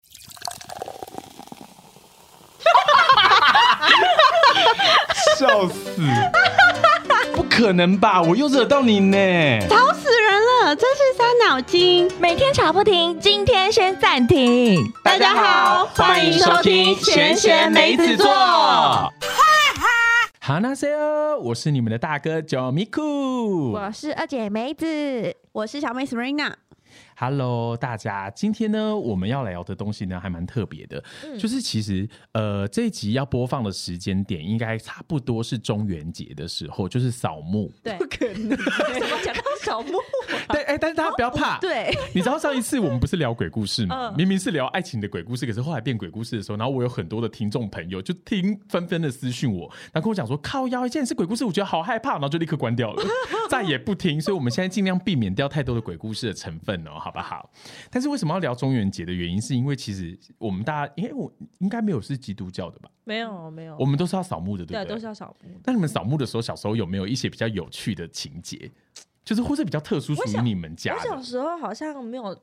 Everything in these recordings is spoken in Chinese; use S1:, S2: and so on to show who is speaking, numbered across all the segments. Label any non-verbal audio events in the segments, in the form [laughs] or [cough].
S1: [laughs] 笑死！不可能吧？我又惹到你呢！
S2: 吵死人了，真是伤脑筋。
S3: 每天吵不停，今天先暂停。
S2: 大家好欢迎收听闲闲梅子座
S1: 哈那塞哦，我是你们的大哥九米酷。
S3: 我是二姐梅子，
S2: 我是小妹 Serena，
S1: Hello，大家，今天呢，我们要聊的东西呢，还蛮特别的，就是其实呃，这一集要播放的时间点，应该差不多是中元节的时候，就是扫墓。
S2: [laughs] 对
S3: 不可能，怎么讲到扫墓？
S1: 但哎、但是大家不要怕，
S3: 对，
S1: [laughs] 你知道上一次我们不是聊鬼故事吗？
S3: 嗯
S1: 明明是聊爱情的鬼故事，可是后来变鬼故事的时候，然后我有很多的听众朋友就听纷纷的私讯我，然后跟我讲说靠腰，竟然是鬼故事，我觉得好害怕，然后就立刻关
S4: [laughs]
S1: 掉了，再也不听。所以我们现在尽量避免掉太多的鬼故事的成分哦，好不好？但是为什么要聊中元节的原因，是因为其实我们大家，因为我应该没有是基督教的吧？
S4: 没有没有，
S1: 我们都是要扫墓的，对不
S4: 哦对啊
S1: 对？
S4: 都是要扫墓。
S1: 那你们扫墓的时候，小时候有没有一些比较有趣的情节？就是或是比较特殊，属
S4: 我
S1: 于
S4: 小
S1: 你们家
S4: 我小
S1: 的
S4: 时候好像没有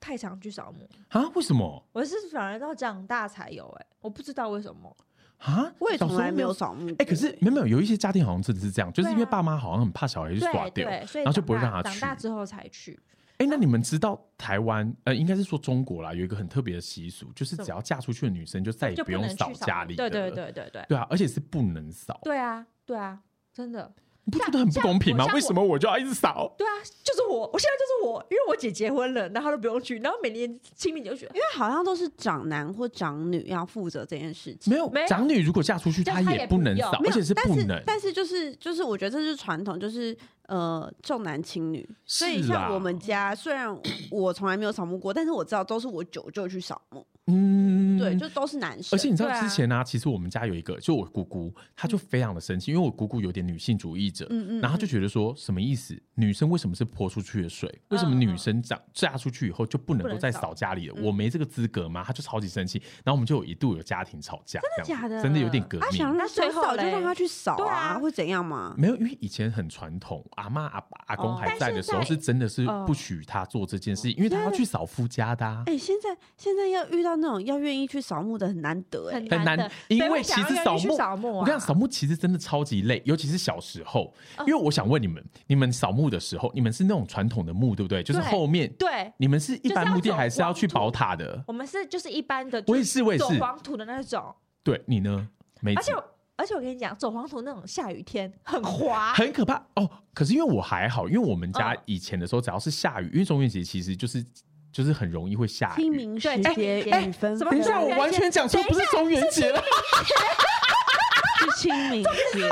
S4: 太常去扫墓，
S1: 啊？为什么
S4: 我是反而到长大才有、哎，我不知道为什么。
S1: 啊？
S2: 我也
S1: 小时
S2: 从
S1: 候
S2: 来没有。扫墓。
S1: 哎、可是没有没有，有一些家庭好像真的是这样，就是因为
S4: 对啊
S1: 爸妈好像很怕小孩去耍
S4: 对
S1: 掉，
S4: 对，所以
S1: 然后就
S4: 长
S1: 不会
S4: 大
S1: 让他
S4: 长
S1: 去。
S4: 大之后才去。
S1: 哎、那你们知道台湾呃，应该是说中国啦，有一个很特别的习俗，就是
S4: 什么
S1: 只要嫁出去的女生就再也
S4: 就
S1: 哎用
S4: 能去
S1: 扫
S4: 扫
S1: 家
S4: 墓
S1: 里的
S4: 对
S1: 了。
S4: 对对对对
S1: 对啊，而且是不能扫，
S4: 对啊对啊，真的
S1: 你不觉
S4: 像
S1: 得很不
S4: 像
S1: 公平
S4: 我
S1: 吗？
S4: 像
S1: 为
S4: 我
S1: 什么我就要一直扫？
S4: 对啊，就是我，我现在就是我，因为我姐结婚了，然后她都不用去，然后每年清明节就去，
S2: 因为好像都是长男或长女要负责这件事情。
S1: 没有
S4: 没有
S1: 长女如果嫁出去，
S4: 就
S1: 她
S4: 她
S1: 也
S4: 也
S1: 不
S4: 不
S1: 能
S4: 用
S1: 扫，
S2: 没
S1: 而
S2: 有
S1: 且是
S2: 但
S1: 不能
S2: 是。但是就是就是，我觉得这是传统，就是呃重男轻女。所以
S1: 是啦
S2: 像我们家，虽然我从来没有扫墓过，但是我知道都是我舅舅去扫墓，
S1: 嗯，
S2: 对，就都是男
S1: 而
S2: 生。
S1: 且你知道
S4: 对啊
S1: 之前呢、其实我们家有一个，就我姑姑，她就非常的生气，因为我姑姑有点女性主义者，
S2: 嗯嗯
S1: 然后她就觉得说什么意思？女生为什么是泼出去的水？为什么女生长嫁出去以后就不能
S4: 嗯不
S1: 够
S4: 能
S1: 再
S4: 扫
S1: 扫家里了？
S2: 嗯
S1: 我没这个资格吗？她就超级生气，然后我们就有一度有家庭吵架，真
S4: 假的啊
S1: 真的有点革
S2: 他
S1: 命。嗯
S2: 想
S4: 那
S2: 让
S4: 最
S2: 最
S4: 后
S2: 扫就让
S4: 嘞
S2: 他去扫
S4: 对
S2: 啊，
S4: 啊
S2: 会怎样吗？
S1: 没有，因为以前很传统，阿妈、阿爸、阿公
S4: 哦
S1: 还在的时候，
S4: 但哦
S1: 是
S4: 现在
S1: 真的是
S4: 哦
S1: 不许她做这件事，因为她要去扫夫家的、啊。
S2: 哎、现在现在要遇到那种要愿意去扫墓的很难得哎、
S4: 很
S1: 很难
S4: 难的。
S1: 因
S4: 谁会
S1: 为
S4: 想
S1: 其实
S4: 要愿意
S1: 扫
S4: 去
S1: 墓，
S4: 扫墓啊
S1: 我跟你讲，扫墓其实真的超级累，尤其是小时候。
S4: 嗯
S1: 因为我想问你们，你们扫墓的时候，你们是那种传统的墓，对不对？就是
S4: 对
S1: 后面，
S4: 对，
S1: 你们是一
S4: 就是
S1: 般
S4: 要
S1: 墓地，
S4: 走
S1: 还是要
S4: 黄
S1: 去
S4: 土
S1: 宝塔的？
S4: 我们是就是一般的，
S1: 我也是，我也
S4: 走
S1: 是。
S4: 黄土的那种，
S1: 对你呢？没
S4: 而，且我而且我跟你讲，走黄土那种下雨天很滑，
S1: 很可怕哦。可是因为我还好，因为我们家
S4: 嗯
S1: 以前的时候，只要是下雨，因为中元节其实就是就是很容易会下
S2: 清
S1: 雨。
S2: 明时
S4: 对
S2: 节
S4: 哎哎
S2: 雨纷
S4: 怎么
S1: 等
S2: 纷，
S1: 一下，我完全讲错，不是中元节了。
S2: 是清明
S4: [laughs]
S2: 节。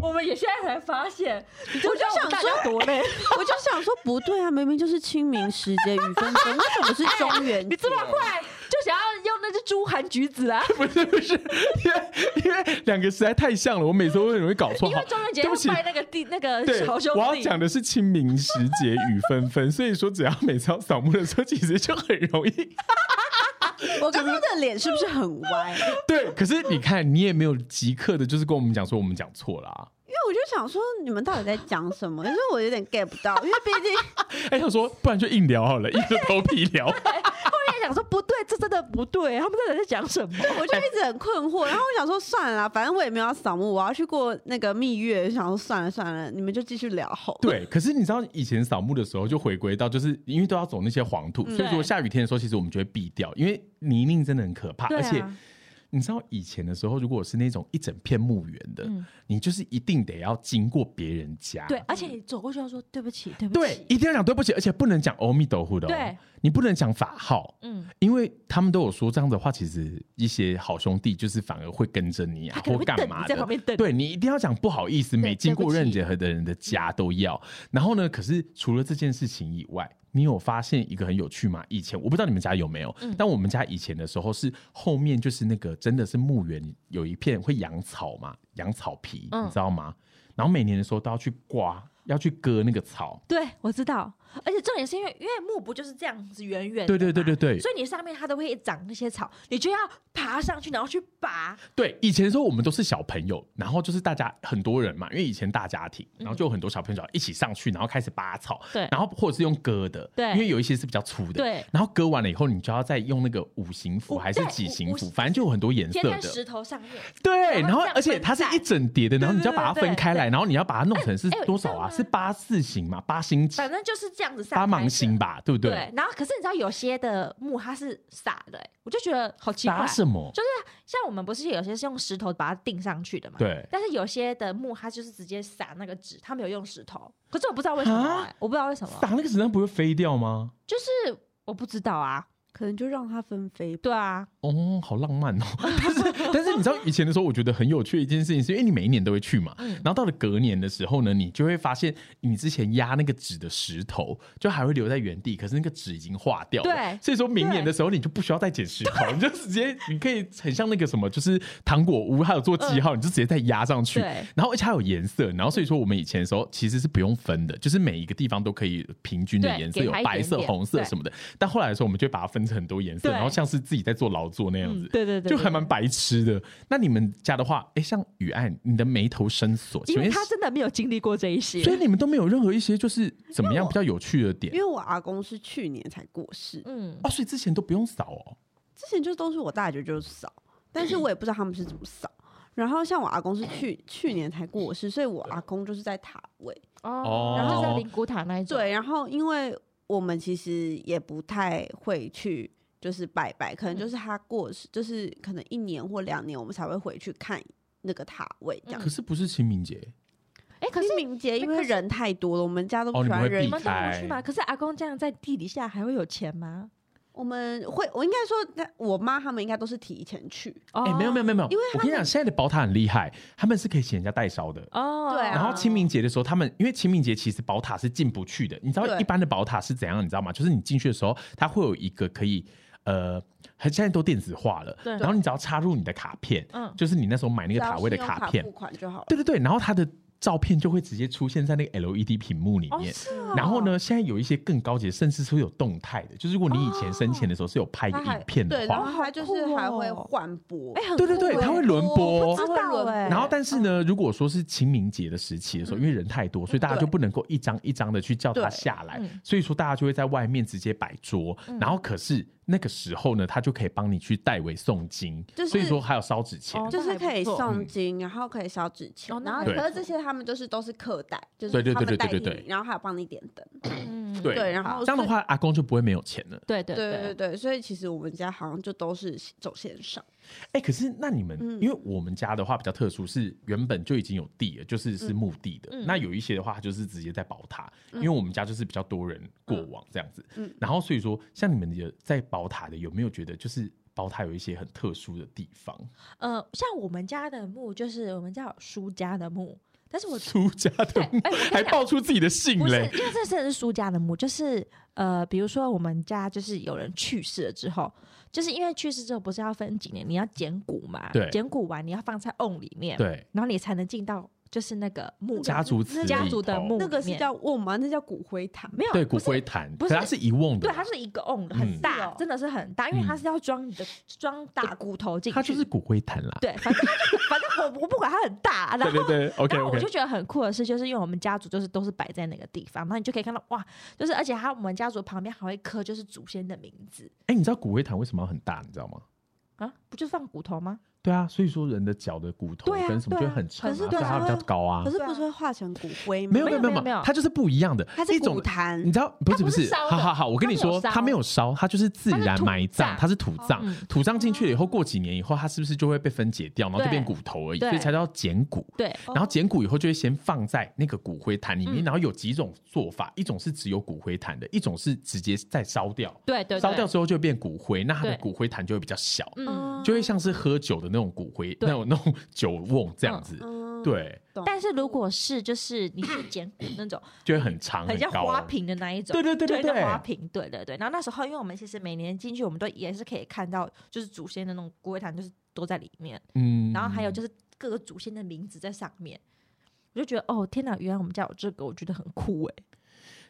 S4: 我们也现在才发现，我就
S2: 我们大家
S4: 多累，
S2: [laughs] 我就想说不对啊，明明就是清明时节雨纷纷，为什么是中元
S4: [laughs]
S2: 节？
S4: 你这么快就想要用那只猪含橘
S1: [laughs]
S4: 子啊？
S1: 不是不是，因为因为两个实在太像了，我每次都会容易搞错。
S4: 因
S1: 好
S4: 为中元节
S1: 对
S4: 要
S1: 不起，
S4: 拜那个弟那个
S1: 对，
S4: 好兄
S1: 我要
S4: 弟，
S1: 讲的是清明时节雨纷纷，所以说只要每次要扫墓的时候，其实就很容
S4: [laughs]
S1: 易。
S2: 我刚刚的脸是不是很歪？因
S1: 对，可是你看，你也没有即刻的，就是跟我们讲说我们讲错啦。
S2: 为我就想说你们到底在讲什么？可是我有点 get 不到，因为毕竟 [laughs]
S1: 哎，他说不然就硬聊好了，硬着头皮聊。
S4: 后面想说不对，这真的不对，他们到底在讲什
S1: [laughs]
S4: 么？
S2: 我就一直很困惑。然后我想说算了啦，反正我也没有要扫墓，我要去过那个蜜月，想说算了算了，你们就继续聊好
S1: [laughs]
S2: 了。
S1: 对，可是你知道以前扫墓的时候，就回归到就是因为都要走那些黄
S4: 嗯
S1: 土，所以说下雨天的时候，其实我们就会避掉，因为泥泞真的很可怕，
S4: 对
S1: 而
S4: 啊
S1: 且。你知道以前的时候，如果是那种一整片墓园的，你就是一定得要经过别人家，
S4: 嗯对，而且你走过去要说对不起，对不
S1: 对，
S4: 起，
S1: 一定要讲对不起，而且不能讲阿弥陀佛的、哦，
S4: 对，
S1: 你不能讲法号，
S4: 嗯，
S1: 因为他们都有说这样的话，其实一些好兄弟就是反而会跟着你啊
S4: 他，可
S1: 或
S4: 能会
S1: 干
S4: 瞪
S1: 嘛
S4: 你在旁边
S1: 的，
S4: 瞪
S1: 对你一定要讲不好意思，每经过
S4: 对不
S1: 任
S4: 起
S1: 何的人的家都要。然后呢，可是除了这件事情以外。你有发现一个很有趣吗？以前我不知道你们家有没有，但我们家以前的时候是后面就是那个真的是墓园嗯有一片会养草嘛，养草皮，你知道吗？然后每年的时候都要去刮，要去割那个草。
S4: 对，我知道，而且重点是因为因为木不就是这样子圆圆的
S1: 对
S4: 嘛，
S1: 对对对对
S4: 所以你上面它都会长那些草，你就要爬上去，然后去拔。
S1: 对，以前的时候我们都是小朋友，然后就是大家很多人嘛，因为以前大家庭，然后就有很多小朋友一起上去，然后开始拔草，
S4: 对
S1: 然后或者是用割的，
S4: 对
S1: 因为有一些是比较粗的，
S4: 对
S1: 然后割完了以后，你就要再用那个五行符
S4: 五
S1: 还是
S4: 对
S1: 几
S4: 五
S1: 行
S4: 五
S1: 符，
S4: 行
S1: 反正就有很多颜色
S4: 贴在石
S1: 的，
S4: 头上面，
S1: 对，
S4: 然
S1: 然
S4: 后
S1: 后
S4: 这样
S1: 而且
S4: 分
S1: 它是
S4: 散
S1: 一整叠的，然后你就要把它
S4: 对对对
S1: 分开来，然后你要把它弄成是
S4: 哎哎
S1: 多少啊？
S4: 你知
S1: 是
S4: 道吗
S1: 八字形嘛，八星
S4: 反正就是这样子散
S1: 八
S4: 开
S1: 芒
S4: 的
S1: 星。吧，对不对？
S4: 对，然后可是你知道有些的木它是撒的、欸，我就觉得好奇怪
S1: 打。什么？
S4: 就是像我们不是有些是用石头把它钉上去的嘛？。
S1: 对，
S4: 但是有些的木它就是直接撒那个纸，它没有用石头。可是我不知道为什么、
S1: 啊
S4: 欸，我不知道为什么，
S1: 打那个子弹不会飞掉吗？
S4: 就是我不知道啊。
S2: 可能就让它纷飞吧。
S4: 对啊，
S1: 哦，好浪漫哦！ [laughs] 但是但是你知道以前的时候，我觉得很有趣的一件事情，是因为你每一年都会去嘛，
S4: 嗯
S1: 然后到了隔年的时候呢，你就会发现你之前压那个纸的石头，就还会留在原地，可是那个纸已经化掉了。
S4: 对
S1: 所以说明年的时候你就不需要再捡石头，你就直接你可以很像那个什么，就是糖果屋，还有做记号，你就直接再压上去。
S4: 嗯对啊嗯
S1: 然后而且它有颜色，然后所以说我们以前的时候其实是不用分的，就是每一个地方都可以平均的
S4: 对
S1: 颜色，
S4: 给
S1: 有
S4: 它一
S1: 白
S4: 点
S1: 色、
S4: 点
S1: 红色
S4: 对
S1: 什么的。但后来的时候，我们就会把它分成很多颜色，
S4: 对嗯
S1: 然后像是自己在做劳作那样子。
S4: 对对对，
S1: 就
S4: 对
S1: 还蛮
S4: 对
S1: 白痴的。那你们家的话，哎，像雨岸，你的眉头深锁，
S4: 因
S1: 请
S4: 为
S1: 问
S4: 他真的没有经历过这一些，
S1: 所以你们都没有任何一些就是怎么样比较有趣的点
S2: 因为我阿公是去年才过世，
S4: 嗯，
S1: 哦，所以之前都不用扫哦。
S2: 之前就都是我大舅舅扫，
S1: [clears throat]
S2: 但是我也不知道他们是怎么扫。然后像我阿公是去去年才过世，所以我阿公就是在塔位。
S1: 哦
S4: 然后在灵骨塔那一种，
S2: 对，然后因为我们其实也不太会去，就是拜拜，可能就是
S1: 嗯
S2: 他过世，就是可能一年或两年我们才会回去看那个塔位
S4: 嗯
S2: 这样。
S1: 可是不是清明节
S4: 哎，可是
S2: 清明节因
S4: 可
S2: 为
S4: 是
S2: 人太多了，我们家都
S1: 哦
S2: 不
S1: 你
S2: 喜
S1: 们会
S2: 欢人
S1: 避
S4: 你们都不
S1: 开
S4: 去吗？可是阿公这样在地底下还会有钱吗？
S2: 我们会，我应该说，我妈他们应该都是提前去，
S4: 哦
S1: 哎，没有没有没有没有
S2: 因为，
S1: 我
S2: 他
S1: 跟你讲，现在的宝塔很厉害，他们是可以请人家代烧的。
S4: 哦，
S2: 对啊
S1: 然后清明节的时候，他们因为清明节其实宝塔是进不去的，你知道
S2: 对
S1: 一般的宝塔是怎样？你知道吗？就是你进去的时候，它会有一个可以。呃，现在都电子化了，
S4: 对
S1: 然后你只要插入你的卡片，
S4: 嗯
S1: 就是你那时候买那
S2: 只
S1: 个
S2: 要
S1: 塔位的
S2: 信用卡
S1: 片
S2: 付，款就好了。
S1: 对对对，然后它的照片就会直接出现在那个 LED 屏幕里
S4: 哦
S1: 面。
S4: 是哦，
S1: 然后呢，现在有一些更高级的，甚至是会有动态的，就是如果你以前生前的时候是有拍一个
S2: 它还
S1: 影片
S2: 对，
S1: 的
S2: 然
S1: 话，
S2: 后他就是
S4: 哇
S2: 还
S4: 好酷
S2: 会
S4: 哦
S2: 换播，
S4: 哎，很
S1: 对对对，
S4: 酷哎
S1: 它会轮播
S2: 我不。知道
S4: 它会
S2: 哎嗯
S4: 轮
S1: 哦然后，但是呢，如果说是清明节的时期的时候，因为人太多，所以大家
S2: 对
S1: 就不能够一张一张的去叫他
S2: 对嗯
S1: 下来
S4: 嗯，
S1: 所以说大家就会在外面直接摆桌。然后，可是那个时候呢，他就可以帮你去代为诵经
S2: 就，是
S1: 所以说还有烧纸钱。
S4: 哦
S2: 就是可以
S1: 嗯
S2: 诵经，然后可以烧纸钱
S4: 哦，那
S2: 然后
S4: 还
S1: 不
S2: 可是这些他们就是都是客带，就
S1: 对
S2: 是
S1: 对
S2: 他
S1: 对
S2: 们
S1: 对
S2: 代
S1: 对
S2: 替
S1: 对对
S2: 你，然后还有帮你点灯，
S4: 嗯
S1: 对
S2: 对，然后
S1: 这样的话，阿公就不会没有钱了。
S4: 对对
S2: 所以，对对对，所以其实我们家好像就都是走线上，
S1: 哎、可是那你们，
S2: 嗯
S1: 因为我们家的话比较特殊，是原本就已经有地了，就是是墓地的。
S4: 嗯
S1: 那有一些的话，它就是直接在宝塔，因为我们家就是比较多人过往这样子。
S2: 嗯
S1: 然后所以说，像你们的在宝塔的，有没有觉得就是宝塔有一些很特殊的地方？
S4: 呃，像我们家的墓就是我们家有苏家的墓，但是
S1: [laughs]
S4: 我
S1: 出家的墓、
S4: 哎我跟你
S1: 还
S4: 讲
S1: 爆出自己的姓
S4: 不是，
S1: 嘞，
S4: 因为这真的是苏家的墓，就是呃，比如说我们家就是有人去世了之后，就是因为去世之后不是要分几年，你要捡骨嘛，
S1: 对
S4: 捡骨完你要放在瓮里面，，
S1: 对，
S4: 然后你才能进到就是那个墓
S1: 家族祠
S4: 那家
S1: 里
S4: 族的
S1: 头
S4: 墓里面，
S2: 那个是叫瓮吗？那叫骨灰坛，
S4: 没有
S1: 对
S4: 不
S1: 骨
S4: 是
S1: 灰坛，
S4: 不
S1: 可
S4: 是
S1: 它是遗忘的，
S4: 对，它是一个瓮，
S1: 嗯
S4: 很
S2: 是
S4: 大，
S2: 哦
S4: 真的是很大，因为它
S1: 嗯
S4: 是要装你的装大骨头进去，
S1: 它就是骨灰坛啦。
S4: 对，反正它就反正我我不管它很大，啊
S1: [laughs]
S4: 然
S1: 对
S4: 后
S1: 对对，OK
S4: 然后我
S1: OK
S4: 就。觉得很酷的是，就是因为我们家族就是都是摆在那个地方，然后你就可以看到哇，就是而且他我们家族旁边还会刻就是祖先的名字
S1: 哎、你知道骨灰坛为什么要很大？你知道吗？
S4: 啊，不就放骨头吗？
S1: 对啊，所以说人的脚的骨头
S4: 对啊
S1: 跟什么就
S4: 对
S1: 会
S4: 啊
S1: 很长、啊，
S4: 可是
S1: 所以它
S2: 对
S1: 比
S2: 啊
S1: 较高啊。
S2: 可是不是会化成骨灰吗？
S1: 没有没
S4: 没有
S1: 有没有
S4: 没有
S1: 它就是不一样的，
S2: 它是
S1: 一种
S2: 骨坛
S1: 你知道不是
S4: 它不是
S1: 是，
S4: 烧
S1: 好
S4: 的
S1: 好好，我跟
S4: 它
S1: 你
S4: 没有
S1: 说，
S4: 烧
S1: 它没有烧，它就是自
S4: 它
S1: 然
S4: 是土
S1: 埋葬，
S4: 葬
S1: 它是土葬
S4: 嗯，
S1: 土葬进去了以后，过几年以后，它是不是就会被分解掉，然后就
S4: 对
S1: 变骨头而已，
S4: 对
S1: 所以才叫捡骨。
S4: 对，
S1: 然后捡骨以后就会先放在那个骨灰坛里面，
S4: 嗯
S1: 然后有几种做法，一种是只有骨灰坛的，一种是直接再烧掉，
S4: 对对
S1: 烧掉，之后就会变骨灰，那它的
S4: 对
S1: 骨灰坛就会比较小，
S2: 哦
S4: 嗯。
S1: 就会像是喝酒的那种骨灰，那
S4: 对
S1: 种那种酒瓮这样子，
S2: 嗯，
S1: 对，
S2: 懂
S4: 但是如果是就是你是捡骨那种
S1: 就会很长
S4: 很像
S1: 高
S4: 花
S1: 啊。
S4: 瓶的那一种，
S1: 对对对对
S4: 对，
S1: 对
S4: 那花瓶，对对对。然后那时候因为我们其实每年进去，我们都也是可以看到就是祖先的那种骨灰坛，就是都在里面。
S1: 嗯
S4: 然后还有就是各个祖先的名字在上面。我我就觉得哦天哪，原来我们家有这个，我觉得很酷哎、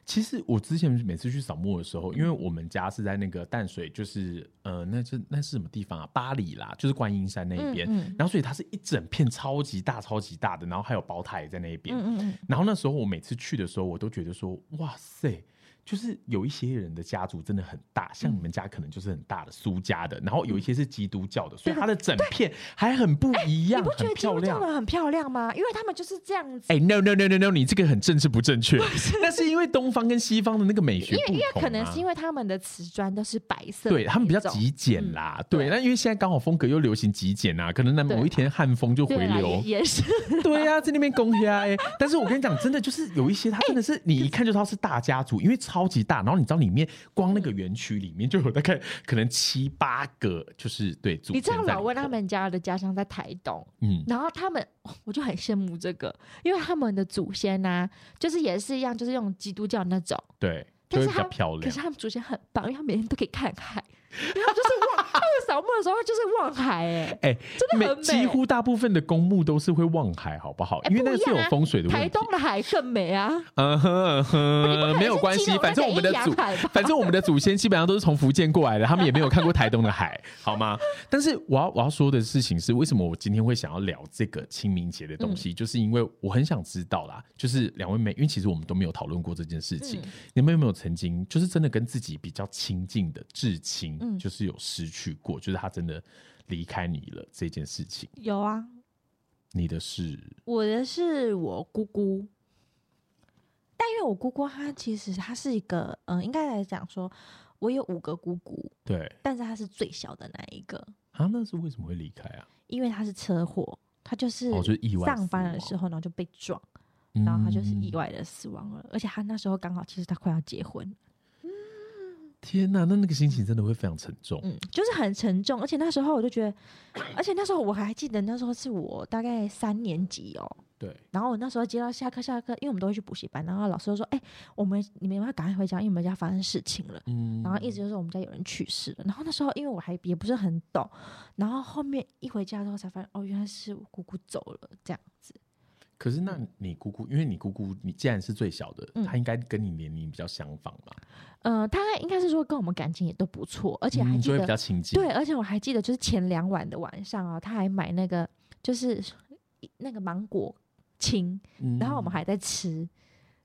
S1: 其实我之前每次去扫墓的时候，因为我们家是在那个淡水，就是呃，那是那是什么地方啊？巴黎啦，就是观音山那一边。
S4: 嗯嗯
S1: 然后所以它是一整片超级大、超级大的，然后还有宝塔也在那一边。
S4: 嗯嗯嗯，
S1: 然后那时候我每次去的时候，我都觉得说，哇塞，就是有一些人的家族真的很大，
S4: 嗯
S1: 像你们家可能就是很大的苏家的，然后有一些是基督教的，所以它的整片还很不一样，
S4: 哎你不觉
S1: 很
S4: 得基
S1: 漂
S4: 督教
S1: 亮。
S4: 的很漂亮吗？因为他们就是这样子。
S1: 哎、n o no no no no，你这个很政治不正确。那是因为东方跟西方的那个美学
S4: 因为
S1: 不
S4: 因为
S1: 同、啊，
S4: 可能是因为他们的瓷砖都是白色的那
S1: 对
S4: 一种，嗯
S1: 他们比较极简啦，对。
S4: 对
S1: 那因为现在刚好风格又流行极简啊，可能那
S4: 对
S1: 某一天汉风就回
S4: 对啦，
S1: 流
S4: 也，也是
S1: 对呀、在那边攻下哎。 [laughs] 但是我跟你讲，真的就是有一些，它真
S4: [laughs]
S1: 的是你一看就知道是大家族，因为超级大。然后你知道里面光那个园区里面就有大概可能七八个，就是对组
S4: 你知道
S1: 成在
S4: 老
S1: 里
S4: 温他
S1: 头，
S4: 们家的家乡在台东，
S1: 嗯，
S4: 然后他们我就很羡慕这个，因为他们的祖先呐、就是也是一样，就是用基督教那种，
S1: 对，就会
S4: 但是
S1: 比较
S4: 他
S1: 漂
S4: 可
S1: 亮
S4: 是。他们祖先很棒，因为他每天都可以看海，然后就是望 [laughs] 他们扫墓的时候就是望海、哎，
S1: 哎、
S4: 真的很美
S1: 几乎大部分的公墓都是会望海，好不好？
S4: 哎
S1: 因为那
S4: 不一
S1: 是
S4: 样
S1: 有
S4: 啊
S1: 风水的问题。
S4: 台东的海更
S3: 哎
S4: 美啊，
S1: 嗯哼嗯哼，没有关系，反正我们的祖
S4: 祖，
S1: 反正我们的祖先基本上都是从福建过来的，他们也没有看过台东的
S4: [laughs]
S1: 海，好吗？但是我要我要说的事情是，为什么我今天会想要聊这个清明节的东
S4: 嗯
S1: 西，就是因为我很想知道啦，就是两位妹，因为其实我们都没有讨论过这件事情，
S4: 嗯
S1: 你们有没有曾经就是真的跟自己比较亲近的至亲，
S4: 嗯
S1: 就是有失去过，就是他真的离开你了这件事情，
S4: 有啊，
S1: 你的是
S4: 我的是我姑姑，但因为我姑姑她其实她是一个，嗯、应该来讲说，我有五个姑姑，
S1: 对
S4: 但是她是最小的那一个，
S1: 啊，那是为什么会离开啊？
S4: 因为她是车祸，她就是
S1: 哦就是意外
S4: 上班
S1: 死
S4: 的
S1: 亡
S4: 时候，然后就被撞，然后她就是
S1: 嗯
S4: 意外的死亡了，而且她那时候刚好其实她快要结婚，
S1: 天呐，那那个心情真的会非常沉重。
S4: 嗯，就是很沉重，而且那时候我就觉得，而且那时候我还记得那时候是我大概三年级哦，
S1: 对，
S4: 然后我那时候接到下课下课，因为我们都会去补习班，然后老师就说：“哎、我们你们要不要赶快回家，因为我们家发生事情了。”
S1: 嗯
S4: 然后一直就是我们家有人去世了。然后那时候因为我还也不是很懂，然后后面一回家之后才发现，哦，原来是我姑姑走了这样子。
S1: 可是，那你姑姑，因为你姑姑，你既然是最小的，
S4: 嗯
S1: 她应该跟你年龄比较相仿吧？
S4: 呃，他应该是说跟我们感情也都不错，而且还
S1: 嗯，
S4: 记
S1: 就会比
S4: 得、
S1: 较亲近。
S4: 对，而且我还记得就是前两晚的晚上啊，他还买那个就是那个芒果青，
S1: 嗯，
S4: 然后我们还在吃，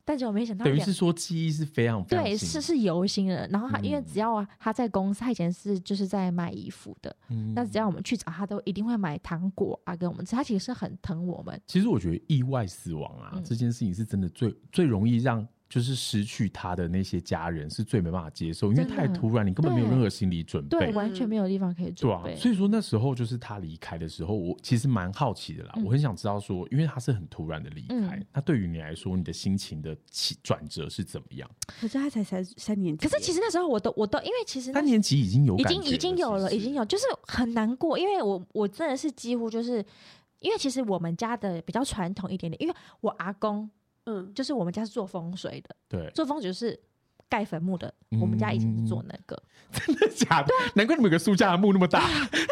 S4: 但是我没想到
S1: 等于
S4: 两
S1: 是说记忆是非常非常
S4: 对，
S1: 新
S4: 是是游行人。然后他因为
S1: 嗯
S4: 只要啊他在公司，他以前是就是在卖衣服的，
S1: 嗯
S4: 那只要我们去找他，都一定会买糖果啊给我们吃。他其实是很疼我们，
S1: 其实我觉得意外死亡啊、
S4: 嗯
S1: 这件事情是真的最最容易让就是失去他的那些家人是最没办法接受，因为
S4: 真的
S1: 太突然，你根本没有
S4: 对
S1: 任何心理准
S4: 对，
S1: 备。
S4: 完全没有地方可以
S1: 对
S4: 准
S1: 啊
S4: 备，。
S1: 所以说那时候就是他离开的时候，我其实蛮好奇的啦，
S4: 嗯
S1: 我很想知道说，因为他是很突然的离开，
S4: 嗯
S1: 那对于你来说，你的心情的起转折是怎么样？
S2: 可是他才三三年级
S4: 可
S2: 耶，
S4: 是其实那时候我都我都因为其实那
S1: 三年级已经有
S4: 已
S1: 感觉
S4: 经已经有了，
S1: 是
S4: 已
S1: 不是
S4: 经有，就是很难过，因为我我真的是几乎就是。因为其实我们家的比较传统一点点，因为我阿公
S2: 嗯，
S4: 就是我们家是做风水的，
S1: 对， [laughs]
S4: 做风水就是盖坟墓的，我们家以前是做
S1: 嗯
S4: 那个，
S1: 真的假的？
S4: 啊
S1: 难怪你们有个苏家的墓那么大，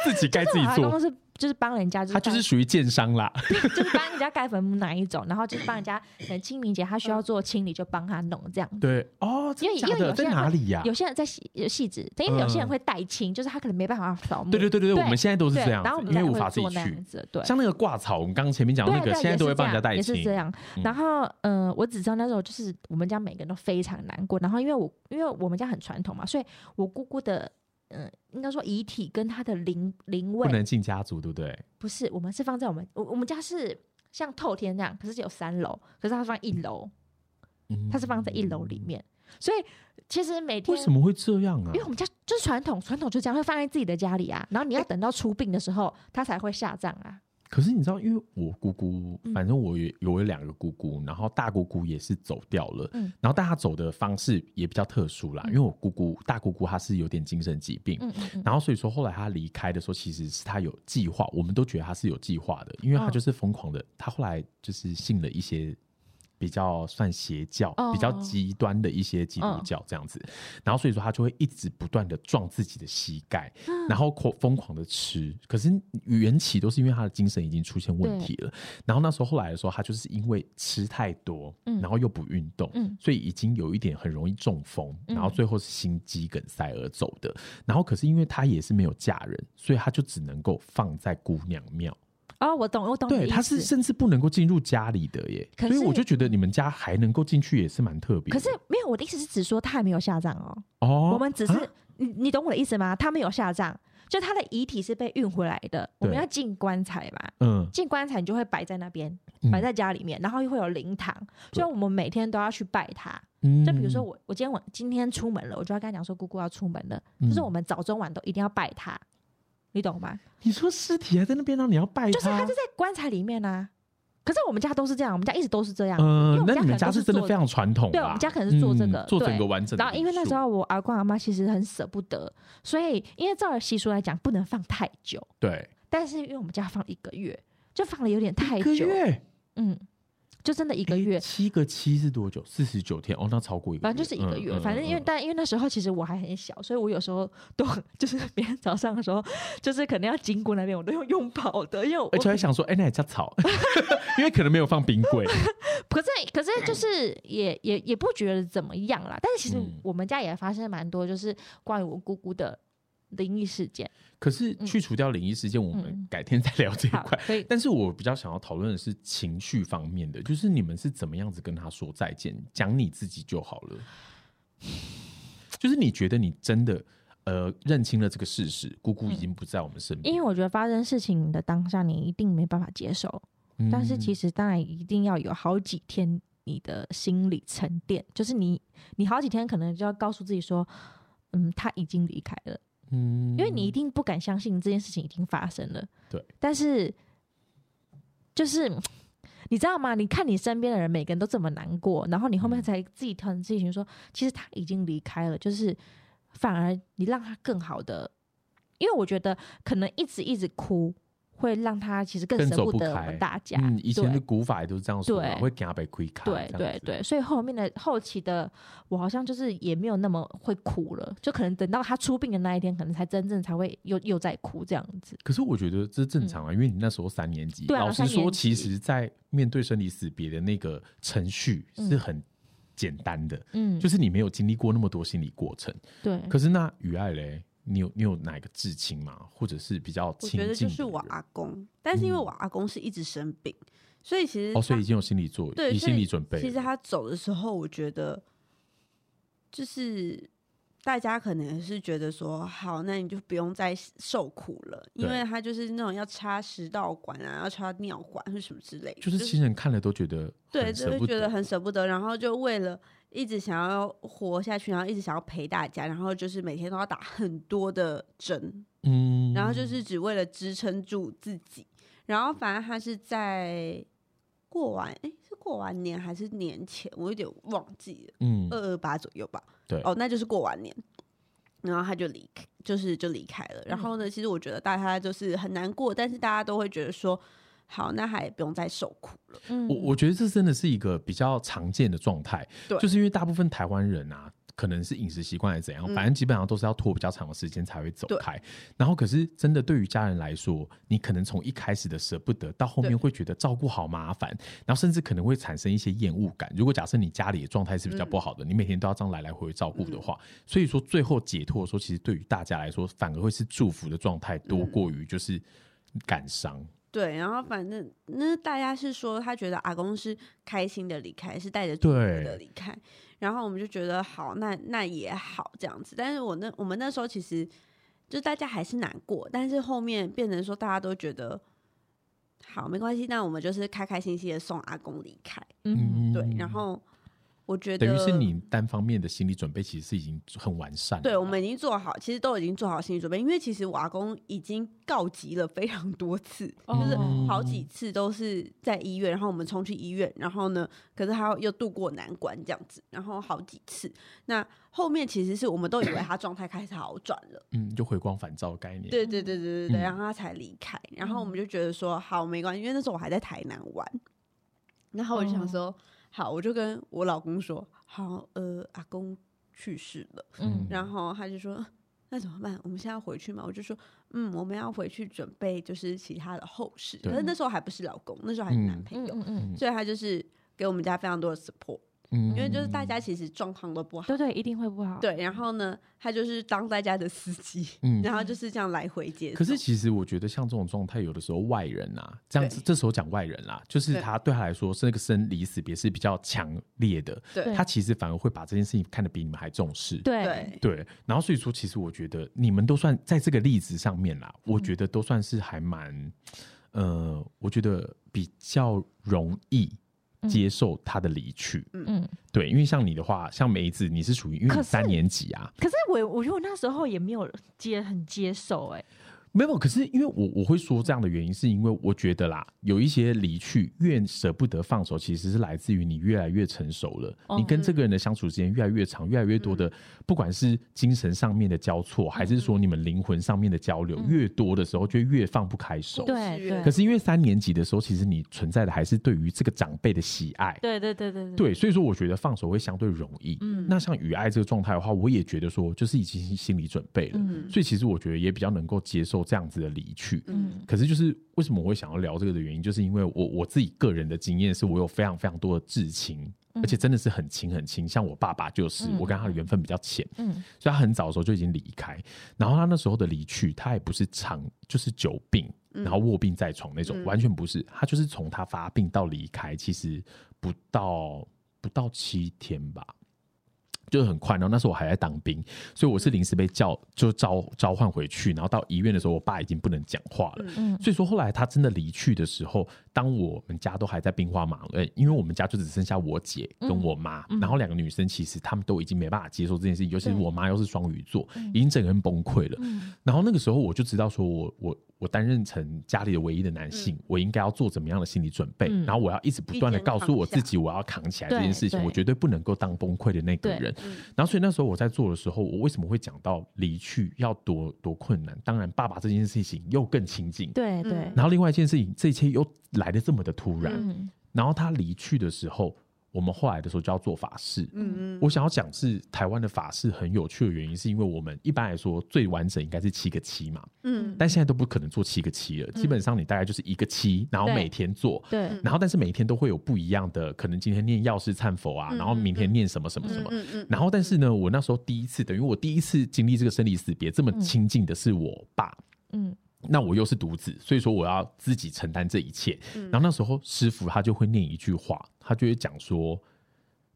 S1: 自己盖自己
S4: 我阿
S1: 做
S4: 啊公，是就是帮人家，就是
S1: 他就是属于建商啦。
S4: 就是帮人家盖坟墓那一种，然后就是帮人家，可能清明节他需
S1: 嗯
S4: 要做清理，就帮他弄这样。
S1: 对，哦，真的假
S4: 因为
S1: 的？
S4: 有些
S1: 在
S4: 人
S1: 哪里呀？
S4: 有些人在细有细致，但因为有些人会带清，就是他可能没办法扫墓。
S1: 嗯对对对对对，
S4: 对
S1: 我们现在都是
S4: 对
S1: 这样子
S4: 然后我，们
S1: 因为
S4: 家
S1: 无
S4: 会
S1: 法自己
S4: 做那
S1: 去
S4: 样。子，对。
S1: 像那个挂草，我们刚前面讲
S4: 对
S1: 那个，
S4: 对
S1: 现在都会帮人家代
S4: 也是
S1: 清
S4: 这。样。
S1: 嗯
S4: 然后，呃，我只知道那时候就是我们家每个人都非常难过。然后，因为我因为我们家很传统嘛，所以我姑姑的，嗯、应该说遗体跟她的灵灵
S1: 不
S4: 位
S1: 能进家族，对不对？
S4: 不是，我们是放在我们我我们家是像透天那样，可是只有三楼，可是它放一楼，
S1: 嗯
S4: 它是放在一楼里。面，所以其实每天
S1: 为什？么会这样啊
S4: 因为？我们家就是传统，传统就这样会放在自己的家里啊，然后
S1: 哎
S4: 你要等到出殡的时候，它才会下葬啊。
S1: 可是你知道，因为我姑姑，
S4: 嗯
S1: 反正我也有有两个姑姑，然后大姑姑也是走掉了，
S4: 嗯
S1: 然后但她走的方式也比较特殊啦，
S4: 嗯
S1: 因为我姑姑大姑姑她是有点精神疾病，
S4: 嗯嗯嗯，
S1: 然后所以说后来她离开的时候，其实是她有计划，我们都觉得她是有计划的，因为她
S4: 嗯
S1: 就是疯狂的，她后来就是信了一些比较算邪教，
S4: 哦嗯
S1: 比较极端的一些基督教这样子，然后所以说他就会一直不断的撞自己的膝盖，
S4: 嗯
S1: 然后狂疯狂的吃，可是缘起都是因为他的精神已经出现问题了，然后那时候后来的时候，他就是因为吃太多，
S4: 嗯
S1: 然后又不运动，
S4: 嗯
S1: 所以已经有一点很容易中风，
S4: 嗯
S1: 然后最后是心肌梗塞而走的，然后可是因为他也是没有嫁人，所以他就只能够放在姑娘庙。
S4: 哦，我懂，我懂你的
S1: 对，
S4: 意
S1: 他
S4: 思
S1: 是甚至不能够进入家里的耶，
S4: 可
S1: 所
S4: 是
S1: 以我就觉得你们家还能够进去也是蛮特别的。
S4: 可是没有，我的意思是指说他还没有下葬哦，
S1: 哦，
S4: 我们只是、
S1: 啊
S4: 你你懂我的意思吗？他没有下葬，就他的遗体是被运回来的，我们
S1: 对
S4: 要进棺材嘛。
S1: 嗯
S4: 进棺材你就会摆在那边，
S1: 嗯
S4: 摆在家里面，然后又会有灵堂，所以我们每天都要去拜他。
S1: 嗯
S4: 就比如说我，我今天晚今天出门了，我就要跟他讲说，姑姑要出门了，就是
S1: 嗯
S4: 我们早中晚都一定要拜他，你懂吗？
S1: 你说尸体还在那边呢，你要拜
S4: 就是他就在棺材里面啊。可是我们家都是这样，我们家一直都是这样。因为
S1: 嗯
S4: 我，们
S1: 那
S4: 家
S1: 你
S4: 可
S1: 们
S4: 能
S1: 家
S4: 都
S1: 是
S4: 是
S1: 真的
S4: 做
S1: 非常传统啦。
S4: 对我们家可能是做这个
S1: 嗯做整
S4: 对
S1: 个完整的哦
S4: 然
S1: 礼数。
S4: 后因为那时候我阿公阿妈其实很舍不得，所以因为照着习俗来讲不能放太久，
S1: 对
S4: 但是因为我们家放一个月，就放的有点太
S1: 一个
S4: 久，
S1: 月
S4: 嗯，就真的一
S1: 一
S4: 个月。
S1: 七个七是多久？四十九天哦，那超过一个月，
S4: 反正就是一个月，
S1: 嗯嗯
S4: 反正因为
S1: 嗯
S4: 但因为那时候其实我还很小，所以我有时候都就是 [laughs] 别人早上的时候，就是可能要经过那边，我都用拥抱的，因为我
S1: 而且还想说，哎，那也叫草， [laughs] 因为可能没有放冰柜。
S4: 可是可是就是也也也不觉得怎么样啦。但是其实
S1: 嗯
S4: 我们家也发生蛮多就是关于我姑姑的灵异事件。
S1: 可是去除掉灵异事件，我
S4: 嗯
S1: 们改天再聊这一
S4: 好
S1: 块，。
S4: 所以
S1: 但是我比较想要讨论的是情绪方面的，就是你们是怎么样子跟他说再见，讲你自己就好
S4: [sighs]
S1: 了。就是你觉得你真的呃认清了这个事实，姑姑已经不在我们身边
S4: 因，为我觉得发生事情的当下，你一定没办法接受，
S1: 嗯
S4: 但是其
S1: 实
S4: 实当然一定要有好几天你的心理沉淀，就是你你好几天可能就要告诉自己说，嗯，他已经离开了，
S1: 嗯
S4: 因为你一定不敢相信这件事情已经发生了。
S1: 对，
S4: 但是就是嗯你知道吗？你看你身边的人，每个人都这么难过，然后你后面
S1: 嗯
S4: 才自己调整自己情绪，说其实他已经离开了，就是反而你让他更好的，因为我觉得可能一直一直哭会让他其实更
S1: 更
S4: 舍
S1: 走
S4: 不
S1: 不
S4: 得我
S1: 开
S4: 们大家。
S1: 嗯，以前的
S4: 对
S1: 古法也都是这样说嘛，
S4: 对
S1: 会给他被亏开，
S4: 对
S1: 这样
S4: 对
S1: 子，
S4: 对，所以后面的后期的我好像就是也没有那么会哭了，就可能等到他出殡的那一天，可能才真正才会又又在哭这样子。
S1: 可是我觉得这正常啊，因为你那时候三年级，
S4: 嗯对啊
S1: 老
S4: 三
S1: 师
S4: 年级
S1: 说，其实，在面对生离死别的那个程序是很简单的，
S4: 嗯，
S1: 就是你没有经历过那么多心理过程。
S4: 对，
S2: 嗯
S1: 可是那雨爱嘞，你有你有哪一个至亲吗？或者是比较
S2: 我
S1: 亲近
S2: 觉
S1: 的
S2: 得
S1: 人？
S2: 就是我啊阿公，但是因为
S1: 嗯
S2: 我阿公是一直生病，所以其实
S1: 哦，所以
S2: 他
S1: 已经有心理作
S2: 对
S1: 用，有
S2: 所以
S1: 心理准备了。
S2: 其实他走的时候，我觉得就是大家可能是觉得说，好，那你就不用再受苦了，因
S1: 对
S2: 为他就是那种要插食道管啊，要插尿管或什么之类的，
S1: 就是亲人看了都觉得
S2: 对，
S1: 很
S2: 就
S1: 舍
S2: 会
S1: 不
S2: 觉得很舍不得，然后就为了一直想要活下去，然后一直想要陪大家，然后就是每天都要打很多的针，
S1: 嗯，
S2: 然后就是只为了支撑住自己。然后反正他是在过完，哎，是过完年还是年前，我有点忘记了，
S1: 嗯
S2: 二二八左右吧。
S1: 对
S2: 哦，那就是过完年，然后他就离开，就是就离开了。然后
S1: 嗯
S2: 呢，其实我觉得大家就是很难过，但是大家都会觉得说，好，那还不用再受苦了。
S4: 嗯
S1: 我我觉得这真的是一个比较常见的状态，
S2: 对
S1: 就是因为大部分台湾人啊，可能是饮食习惯还是怎样，
S2: 嗯
S1: 反正基本上都是要拖比较长的时间才会走
S2: 对
S1: 开。然后可是真的对于家人来说，你可能从一开始的舍不得，到后面
S2: 对
S1: 会觉得照顾好麻烦，然后甚至可能会产生一些厌恶感。如果假设你家里的状态是比
S2: 嗯
S1: 较不好的，你每天都要这样来来回回照顾的话，所以说最后解脱的时候，其实对于大家来说，反而会是祝福的状态多
S2: 嗯
S1: 过于就是感伤。
S2: 对，然后反正那大家是说，他觉得阿公是开心的离开，是带着祝福
S1: 对
S2: 的离开。然后我们就觉得好，那那也好这样子。但是我那我们那时候其实就大家还是难过，但是后面变成说大家都觉得好没关系，那我们就是开开心心的送阿公离开。
S4: 嗯，
S2: 对，然后我觉得
S1: 等于是你单方面的心理准备，其实是已经很完善了。
S2: 对，我们已经做好，其实都已经做好心理准备，因为其实我阿公已经告急了非常多次，就是
S1: 哦
S2: 好几次都是在医院，然后我们冲去医院，然后呢，可是他又渡过难关这样子，然后好几次。那后面其实是我们都以为他状态开始好转了，
S1: 嗯，就回光返照的概念。
S2: 对对对对对对，
S1: 嗯
S2: 然后他才离开，
S1: 哦
S2: 然后我们就觉得说好没关系，因为那时候我还在台南玩，然后我就想说。好，我就跟我老公说，好，呃，阿公去世了，
S1: 嗯
S4: 嗯，
S2: 然后他就说。啊那怎么办？我们现在要回去嘛？我就说，嗯，我们要回去准备就是其他的后事。
S1: 对
S2: 可是那时候还不是老公，那时候还是男
S1: 嗯
S2: 朋
S4: 嗯
S2: 友，
S4: 嗯嗯，
S2: 所以他就是给我们家非常多的 support，、
S1: 因
S2: 因为就是大家
S1: 嗯
S2: 其实状况都不好。
S4: 对对，一定会不好。，
S2: 对，然后呢，他就是当大家的司机，
S1: 嗯
S2: 然后就是这样来回接送。
S1: 可是其实我觉得像这种状态，有的时候外人啊，这样子
S2: 对
S1: 这时候讲外人啦、就是
S2: 对
S1: 他对他来说是那个生离死别是比较强烈的，
S2: 对
S1: 他其实反而会把这件事情看得比你们还重视。
S4: 对，
S2: 对
S1: 对，然后所以说，其实我觉得你们都算在这个例子上面啦，
S4: 嗯
S1: 我觉得都算是还蛮，呃，我觉得比较容易接受他的离去。
S4: 嗯。
S1: 对，因为像你的话，像梅子，你是属于因为
S4: 可
S1: 你
S4: 是
S1: 三年级啊，
S4: 可是我我觉得我那时候也没有接很接受哎、
S1: 没有，可是因为我我会说这样的原因，是因为我觉得啦，有一些离去越舍不得放手，其实是来自于你越来越成熟了，
S4: 哦嗯
S1: 你跟这个人的相处时间越来越长，越来越多的，不管是精神上面的交错，还是说你们灵魂上面的交流，
S4: 嗯啊
S1: 越多的时候就越放不开手。啊
S2: 对
S1: 可是因为三年级的时候，其实你存在的还是对于这个长辈的喜爱。
S4: 对对对对
S1: 对，所以说我觉得放手会相对容易。嗯，那像雨爱这个状态的话，我也觉得说，就是已经心理准备了，
S4: 嗯
S1: 所以其实我觉得也比较能够接受这样子的离去。
S4: 嗯
S1: 可是就是为什么我会想要聊这个的原因，就是因为我我自己个人的经验是我有非常非常多的至亲，而且真的是很亲很亲，像我爸爸就是，
S4: 嗯
S1: 我跟他的缘分比较浅，
S4: 嗯
S1: 所以他很早的时候就已经离开。然后他那时候的离去，他也不是长，就是久病，
S4: 嗯
S1: 然后卧病在床那种，
S2: 嗯
S1: 完全不是。他就是从他发病到离开，其实不到不到七天吧。就是很快，然后那时候我还在当兵，所以我是临时被叫就召召唤回去，然后到医院的时候，我爸已经不能讲话了，
S4: 嗯
S1: 所以说后来他真的离去的时候，当我们家都还在兵荒马乱，呃因为我们家就只剩下我姐
S4: 嗯
S1: 跟我妈，然后两个女生其实她们都已经没办法接受这件事情，尤其是
S4: 对嗯
S1: 我妈又是双鱼座，已经整个人崩溃了。然后那个时候我就知道说我我。我担任成家里的唯一的男性，我应该要做怎么样的心理准备？
S4: 嗯
S1: 然后我要一直不断的告诉我自己，我要扛起来这件事情，
S4: 对对
S1: 我绝对不能够当崩溃的那个
S4: 对
S2: 嗯
S1: 人。然后所以那时候我在做的时候，我为什么会讲到离去要多多困难？当然，爸爸这件事情又更亲近，
S4: 对对，
S1: 然后另外一件事情，这一切又来的这么的突然。
S4: 嗯
S1: 然后他离去的时候，我们后来的时候就要做法事。
S2: 嗯嗯
S1: 我想要讲是台湾的法事很有趣的原因，是因为我们一般来说最完整应该是七个七嘛，
S2: 嗯
S1: 但现在都不可能做七个七了。基本上你大概就是一个七，然后
S4: 对
S1: 每天
S2: 嗯
S1: 做，
S4: 对嗯
S1: 然后但是每天都会有不一样的，可能今天念药师忏佛啊，
S2: 嗯
S1: 然后明天念什么什么什么。
S2: 嗯嗯，
S1: 然后，但是呢，我那时候第一次，等于我第一次经历这个生离死别这么
S2: 嗯
S1: 亲近的是我爸，
S4: 嗯
S1: 那我又是独子，所以说我要自己承担这一切。
S4: 嗯
S1: 然后那时候师傅他就会念一句话，他就会讲说：“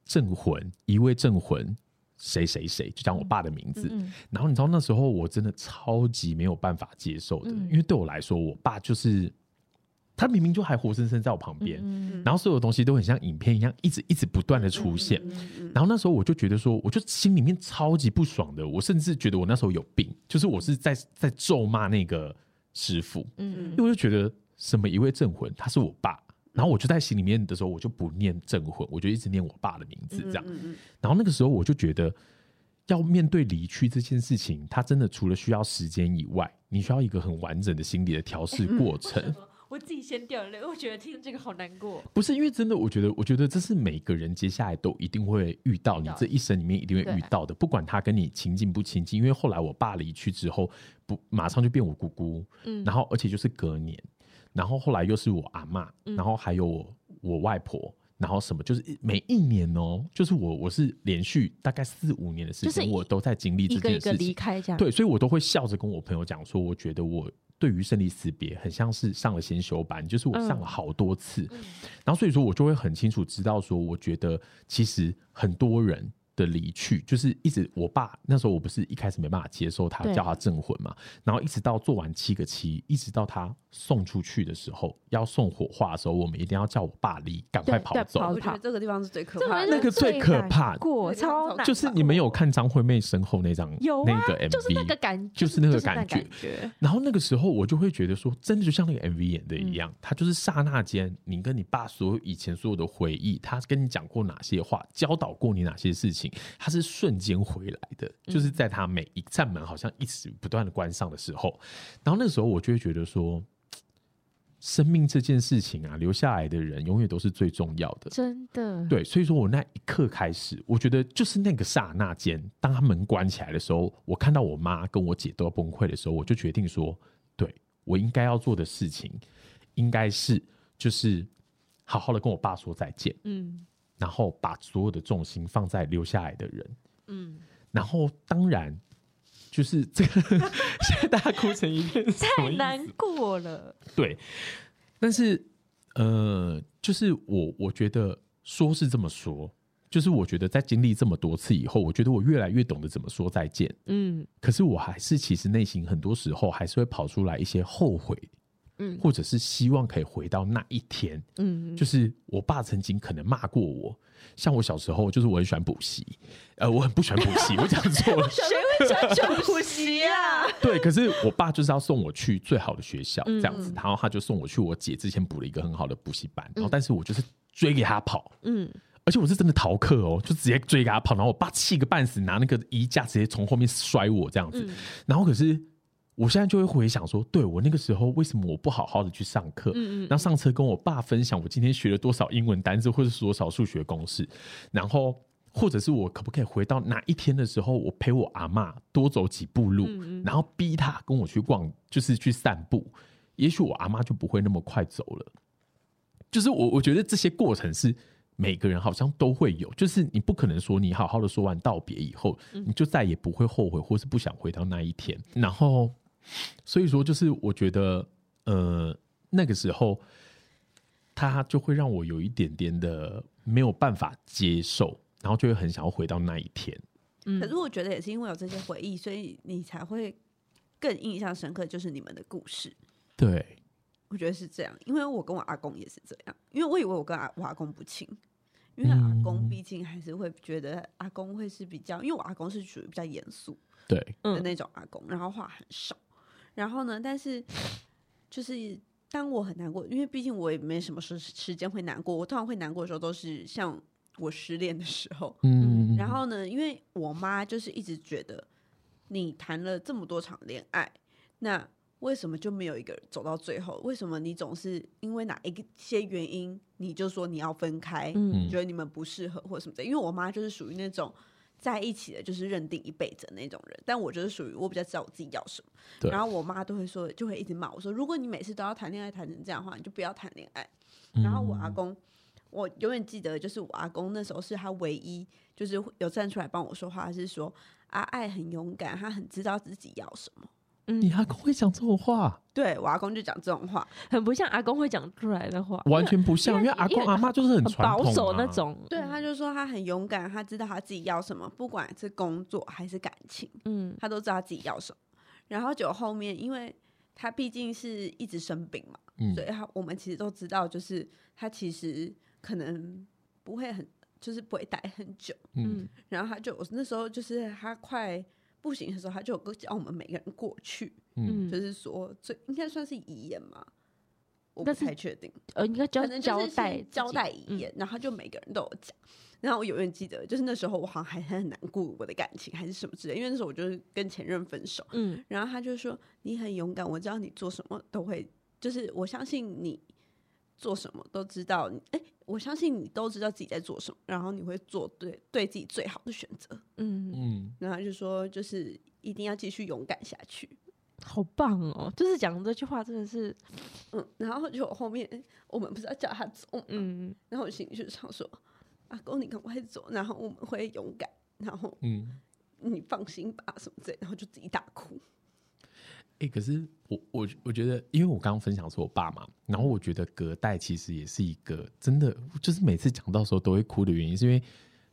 S1: 镇魂，一位镇魂，谁谁谁，就讲我爸的名字。
S4: 嗯
S1: 然后你知道那时候我真的超级没有办法接受的，
S4: 嗯
S1: 因为对我来说，我爸就是他明明就还活生生在我旁边，
S4: 嗯
S1: 然后所有东西都很像影片一样，一直一直不断的出
S2: 嗯
S1: 现。然后那时候我就觉得说，我就心里面超级不爽的，我甚至觉得我那时候有病，就是我是在在咒骂那个师傅，因
S4: 嗯
S1: 为我就觉得什么一位镇魂，他是我爸。然后我就在心里面的时候，我就不念镇魂，我就一直念我爸的名
S2: 嗯
S1: 字这样。然后那个时候我就觉得，要面对离去这件事情，它真的除了需要时间以外，你需要一个很完整的心理的调试过程。
S4: 我自己先掉眼泪，我觉得听这个好难过。
S1: 不是因为真的，我觉得，我觉得这是每个人接下来都一定会遇到，你这一生里面一定会遇到的，不管他跟你亲近不亲近。因为后来我爸离去之后，不马上就变我姑姑，
S4: 嗯
S1: 然后而且就是隔年，然后后来又是我阿嬷，
S4: 嗯
S1: 然后还有我我外婆。然后什么就是每一年哦，就是我我是连续大概四五年的时
S4: 就是
S1: 间，
S4: 一
S1: 我都在经历这
S4: 一个
S1: 件
S4: 一个
S1: 事
S4: 离
S1: 情。
S4: 开这样，
S1: 对，所以我都会笑着跟我朋友讲说，我觉得我对于生离死别很像是上了先修班，就是我
S4: 嗯
S1: 上了好多次，然后所以说我就会很清楚知道说，我觉得其实很多人。的离去，就是一直我爸那时候我不是一开始没办法接受他
S4: 对
S1: 叫他镇魂嘛，然后一直到做完七个七，一直到他送出去的时候，要送火化的时候，我们一定要叫我爸离，赶快
S4: 对
S1: 跑
S4: 对
S1: 走。
S4: 跑
S2: 我觉得这个地方是最可
S4: 这
S2: 怕
S4: 种
S1: 那
S2: 的。
S1: 个最可怕
S4: 难过
S2: 那个超
S4: 超
S2: 难
S4: 难，
S1: 就是你们有看张惠妹身后那张
S4: 嗯有啊
S1: 那个 MV，
S4: 就是那个感，
S1: 就是那个感觉
S4: 觉，
S1: 然后那个时候我就会觉得说，真的就像那个 MV 演的一样，他就是刹那间，你跟你爸所有以前所有的回忆，他跟你讲过哪些话，教导过你哪些事情，他是瞬间回来的，就是在他每一扇门好像一直不断的关上的时候，然后那时候我就会觉得说，生命这件事情啊，留下来的人永远都是最重要的。
S4: 真的，
S1: 对，所以说我那一刻开始，我觉得就是那个刹那间，当他门关起来的时候，我看到我妈跟我姐都要崩溃的时候，我就决定说，对我应该要做的事情，应该是就是好好的跟我爸说再见，
S4: 嗯
S1: 然后把所有的重心放在留下来的人，
S4: 嗯，
S1: 然后当然就是这个 [laughs] 现在大家哭成一片，什么
S4: 太
S1: 意思
S4: 难过了，
S1: 对，但是呃，就是我我觉得说是这么说，就是我觉得在经历这么多次以后，我觉得我越来越懂得怎么说再见。
S4: 嗯
S1: 可是我还是其实内心很多时候还是会跑出来一些后悔，
S4: 嗯
S1: 或者是希望可以回到那一天，
S4: 嗯，
S1: 就是我爸曾经可能骂过我，像我小时候就是我很喜欢补习，呃，我很不喜欢补习，我讲错
S4: [laughs]
S1: 了，
S4: 谁会讲究补习啊？
S1: 对，可是我爸就是要送我去最好的学校
S4: 嗯
S1: 这样子，然后他就送我去我姐之前补了一个很好的补习班，然后但是我就是追给他跑，
S4: 嗯，
S1: 而且我是真的逃课哦，就直接追给他跑，然后我爸气个半死，拿那个衣架直接从后面摔我这样子，
S4: 嗯
S1: 然后可是我现在就会回想说，对我那个时候为什么我不好好的去上课？
S4: 嗯嗯
S1: 那上车跟我爸分享我今天学了多少英文单字，或者是多少数学公式，然后或者是我可不可以回到哪一天的时候，我陪我阿嬷多走几步路，
S4: 嗯嗯
S1: 然后逼她跟我去逛，就是去散步，也许我阿妈就不会那么快走了。就是我我觉得这些过程是每个人好像都会有，就是你不可能说你好好的说完道别以后，
S4: 嗯
S1: 你就再也不会后悔或是不想回到那一天。然后，所以说就是我觉得，呃，那个时候他就会让我有一点点的没有办法接受，然后就会很想要回到那一天。
S2: 可是我觉得也是因为有这些回忆，所以你才会更印象深刻，就是你们的故事。
S1: 对，
S2: 我觉得是这样，因为我跟我阿公也是这样，因为我以为我跟阿我阿公不亲，因为阿公
S1: 嗯
S2: 毕竟还是会觉得阿公会是比较，因为我阿公是属于比较严肃
S1: 对，
S2: 的那种阿公，然后话很少，然后呢，但是就是当我很难过，因为毕竟我也没什么时时间会难过，我通常会难过的时候都是像我失恋的时候，
S1: 嗯，
S2: 然后呢，因为我妈就是一直觉得你谈了这么多场恋爱，那为什么就没有一个人走到最后？为什么你总是因为哪一个些原因你就说你要分开，
S4: 嗯
S1: 嗯
S2: 觉得你们不适合或什么的？因为我妈就是属于那种。在一起的就是认定一辈子的那种人，但我就是属于我比较知道我自己要什么，
S1: 对
S2: 然后我妈都会说，就会一直骂我说，如果你每次都要谈恋爱谈成这样的话，你就不要谈恋爱。
S1: 嗯
S2: 然后我阿公，我永远记得，就是我阿公那时候是他唯一就是有站出来帮我说话，是说阿爱很勇敢，他很知道自己要什么。
S1: 嗯你阿公会讲这种话，
S2: 对我阿公就讲这种话，
S4: 很不像阿公会讲出来的话，
S1: 完全不像，因为阿
S4: 因
S1: 公
S4: 为
S1: 阿妈就是很
S4: 很
S1: 传
S4: 保
S1: 统
S4: 守
S1: 啊
S4: 那。种。
S2: 对，他就说他很勇敢，他知道他自己要什么，不管是工作还是感情，
S4: 嗯
S2: 他都知道自己要什么。然后就后面，因为他毕竟是一直生病嘛，
S1: 嗯
S2: 所以他我们其实都知道，就是他其实可能不会很，就是不会待很久。
S1: 嗯
S4: 嗯
S2: 然后他就我那时候就是他快不行的时候，他就有叫我们每个人过去，
S1: 嗯，
S2: 就
S4: 嗯，
S2: 是说最应该算是遗言嘛，我不
S4: 但是
S2: 太确定，
S4: 呃，应该交
S2: 反正就
S4: 交
S2: 是
S4: 代
S2: 是交代
S4: 自己嗯
S2: 遗言，然后就每个人都有讲。然后我永远记得，就是那时候我好像还很难过我的感情还是什么之类，因为那时候我就是跟前任分手，
S4: 嗯
S2: 然后他就说你很勇敢，我知道你做什么都会，就是我相信你做什么都知道，哎，我相信你都知道自己在做什么，然后你会做对对自己最好的选择。
S4: 嗯，
S1: 嗯，
S2: 然后他就说就是一定要继续勇敢下去。
S4: 好棒哦！就是讲这句话真的是，
S2: 嗯，然后就后面我们不是要叫他走，嗯，
S4: 嗯，
S2: 然后我心里就想说，阿公你赶快走，然后我们会勇敢，然后
S1: 嗯，
S2: 你放心吧，什么之类，然后就自己大哭。
S1: 哎，可是我我我觉得，因为我刚刚分享是我爸嘛，然后我觉得隔代其实也是一个真的，就是每次讲到的时候都会哭的原因，是因为。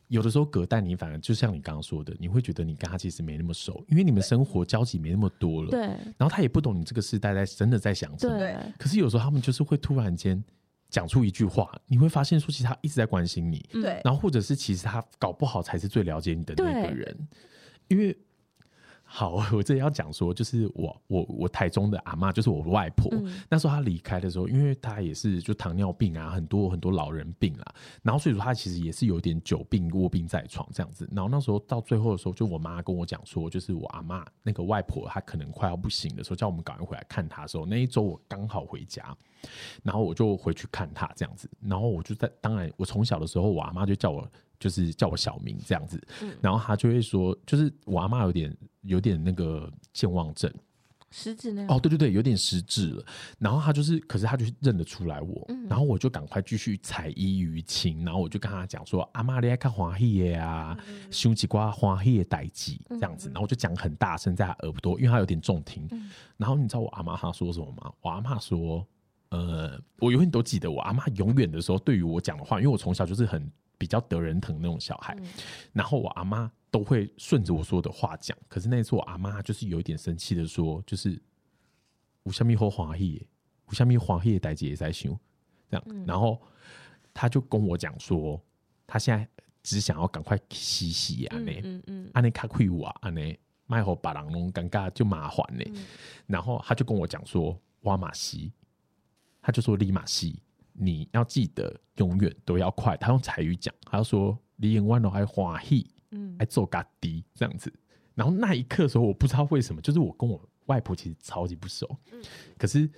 S1: 有的时候隔代你反而就像你刚刚说的，你会觉得你跟他其实没那么熟，因为你们生活交集没那么多了。
S4: 对
S1: 然后他也不懂你这个世代在真的在想什么。
S4: 对
S2: 对，
S1: 可是有时候他们就是会突然间讲出一句话，你会发现说，其实他一直在关心你，
S4: 嗯
S2: 对，
S1: 然后或者是其实他搞不好才是最了解你的那个
S4: 对
S1: 人，因为好，我这里要讲说，就是我我我台中的阿嬷，就是我外婆，
S4: 嗯
S1: 那时候她离开的时候，因为她也是就糖尿病啊，很多很多老人病啦，然后所以说她其实也是有点久病卧病在床这样子。然后那时候到最后的时候，就我妈跟我讲说，就是我阿嬷那个外婆她可能快要不行的时候，叫我们赶快回来看她的时候，那一周我刚好回家，然后我就回去看他这样子，然后我就在，当然我从小的时候，我阿妈就叫我就是叫我小名这样子，然后他就会说，就是我阿妈有点有点那个健忘症，
S4: 食指那样，
S1: 哦，对对对，有点失智了。然后他就是，可是他就是认得出来我，然后我就赶快继续采衣于情，然后我就跟他讲说：“阿妈，你爱看欢喜的啊，胸几瓜欢喜的代志这样子。”然后我就讲很大声在他耳朵，因为他有点重听。然后你知道我阿妈她说什么吗？我阿妈说：“呃，我永远都记得我阿妈永远的时候对于我讲的话，因为我从小就是很比较得人疼那种小孩，然后我阿妈都会顺着我说的话讲。可是那一次我阿妈就是有一点生气的说，就是我下面好欢喜耶，我下面欢喜的代志也在想这样，
S4: 嗯
S1: 然后他就跟我讲说，他现在只想要赶快洗洗啊那。
S4: 嗯嗯
S1: 安尼较亏我安尼，卖互别人拢尴尬就麻烦呢、
S4: 嗯
S1: 然后他就跟我讲说，挖马西，他就说李马西，你要记得永远都要快。他用台语讲，他就说你永远都爱欢喜，
S4: 嗯
S1: 爱做嘎滴这样子。然后那一刻的时候，我不知道为什么，就是我跟我外婆其实超级不熟，可是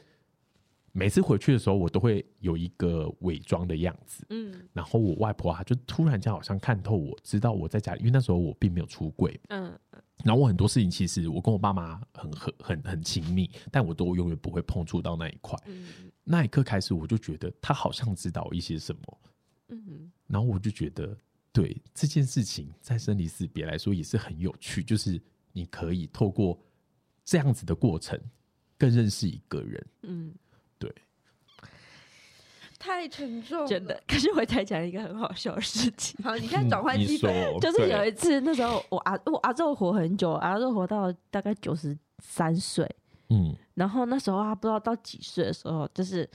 S1: 每次回去的时候，我都会有一个伪装的样子。
S4: 嗯
S1: 然后我外婆啊，就突然间好像看透我，知道我在家里，因为那时候我并没有出柜，
S4: 嗯
S1: 然后我很多事情其实我跟我爸妈很很很很亲密，但我都永远不会碰触到那一块。
S4: 嗯
S1: 那一刻开始，我就觉得他好像知道一些什么，
S4: 嗯
S1: 然后我就觉得，对这件事情在生离死别来说也是很有趣，就是你可以透过这样子的过程，更认识一个人。
S4: 嗯，
S2: 太沉重了，
S4: 真的。可是我再讲一个很好笑的事情。
S2: 好，你看转换
S1: 嗯你
S2: 气氛，
S1: 说
S4: 就是有
S1: 哦对
S4: 一次，那时候我阿我阿昼活很久，阿昼活到大概九十三岁，
S1: 嗯
S4: 然后那时候啊他不知道到几岁的时候，就是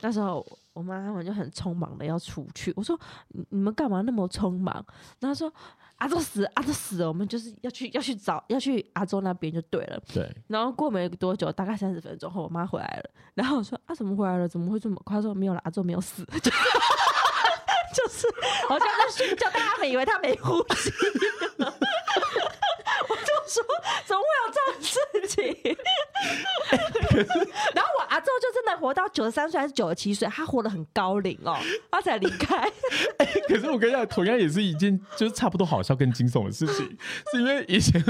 S4: 那时候我妈他们就很匆忙的要出去。我说你你们干嘛那么匆忙？然后他说阿周死了阿周死了，我们就是要去要去找要去阿周那边就对了。
S1: 对， [laughs]
S4: 然后过没多久，大概三十分钟后，我妈回来了。 [laughs] 然后我说啊，怎么回来了？怎么会这么快？她说没有了，阿周没有死。 [laughs] 就是就是好像在睡觉，但他们以为他没呼吸。 [laughs] 我就说怎么会有这种事情？ [laughs] 然后我阿周就真的活到九十三岁还是九十七岁，他活得很高龄哦，他才离开。
S1: 可是我跟你讲，同样也是一件就是差不多好笑跟惊悚的事情，是因为以前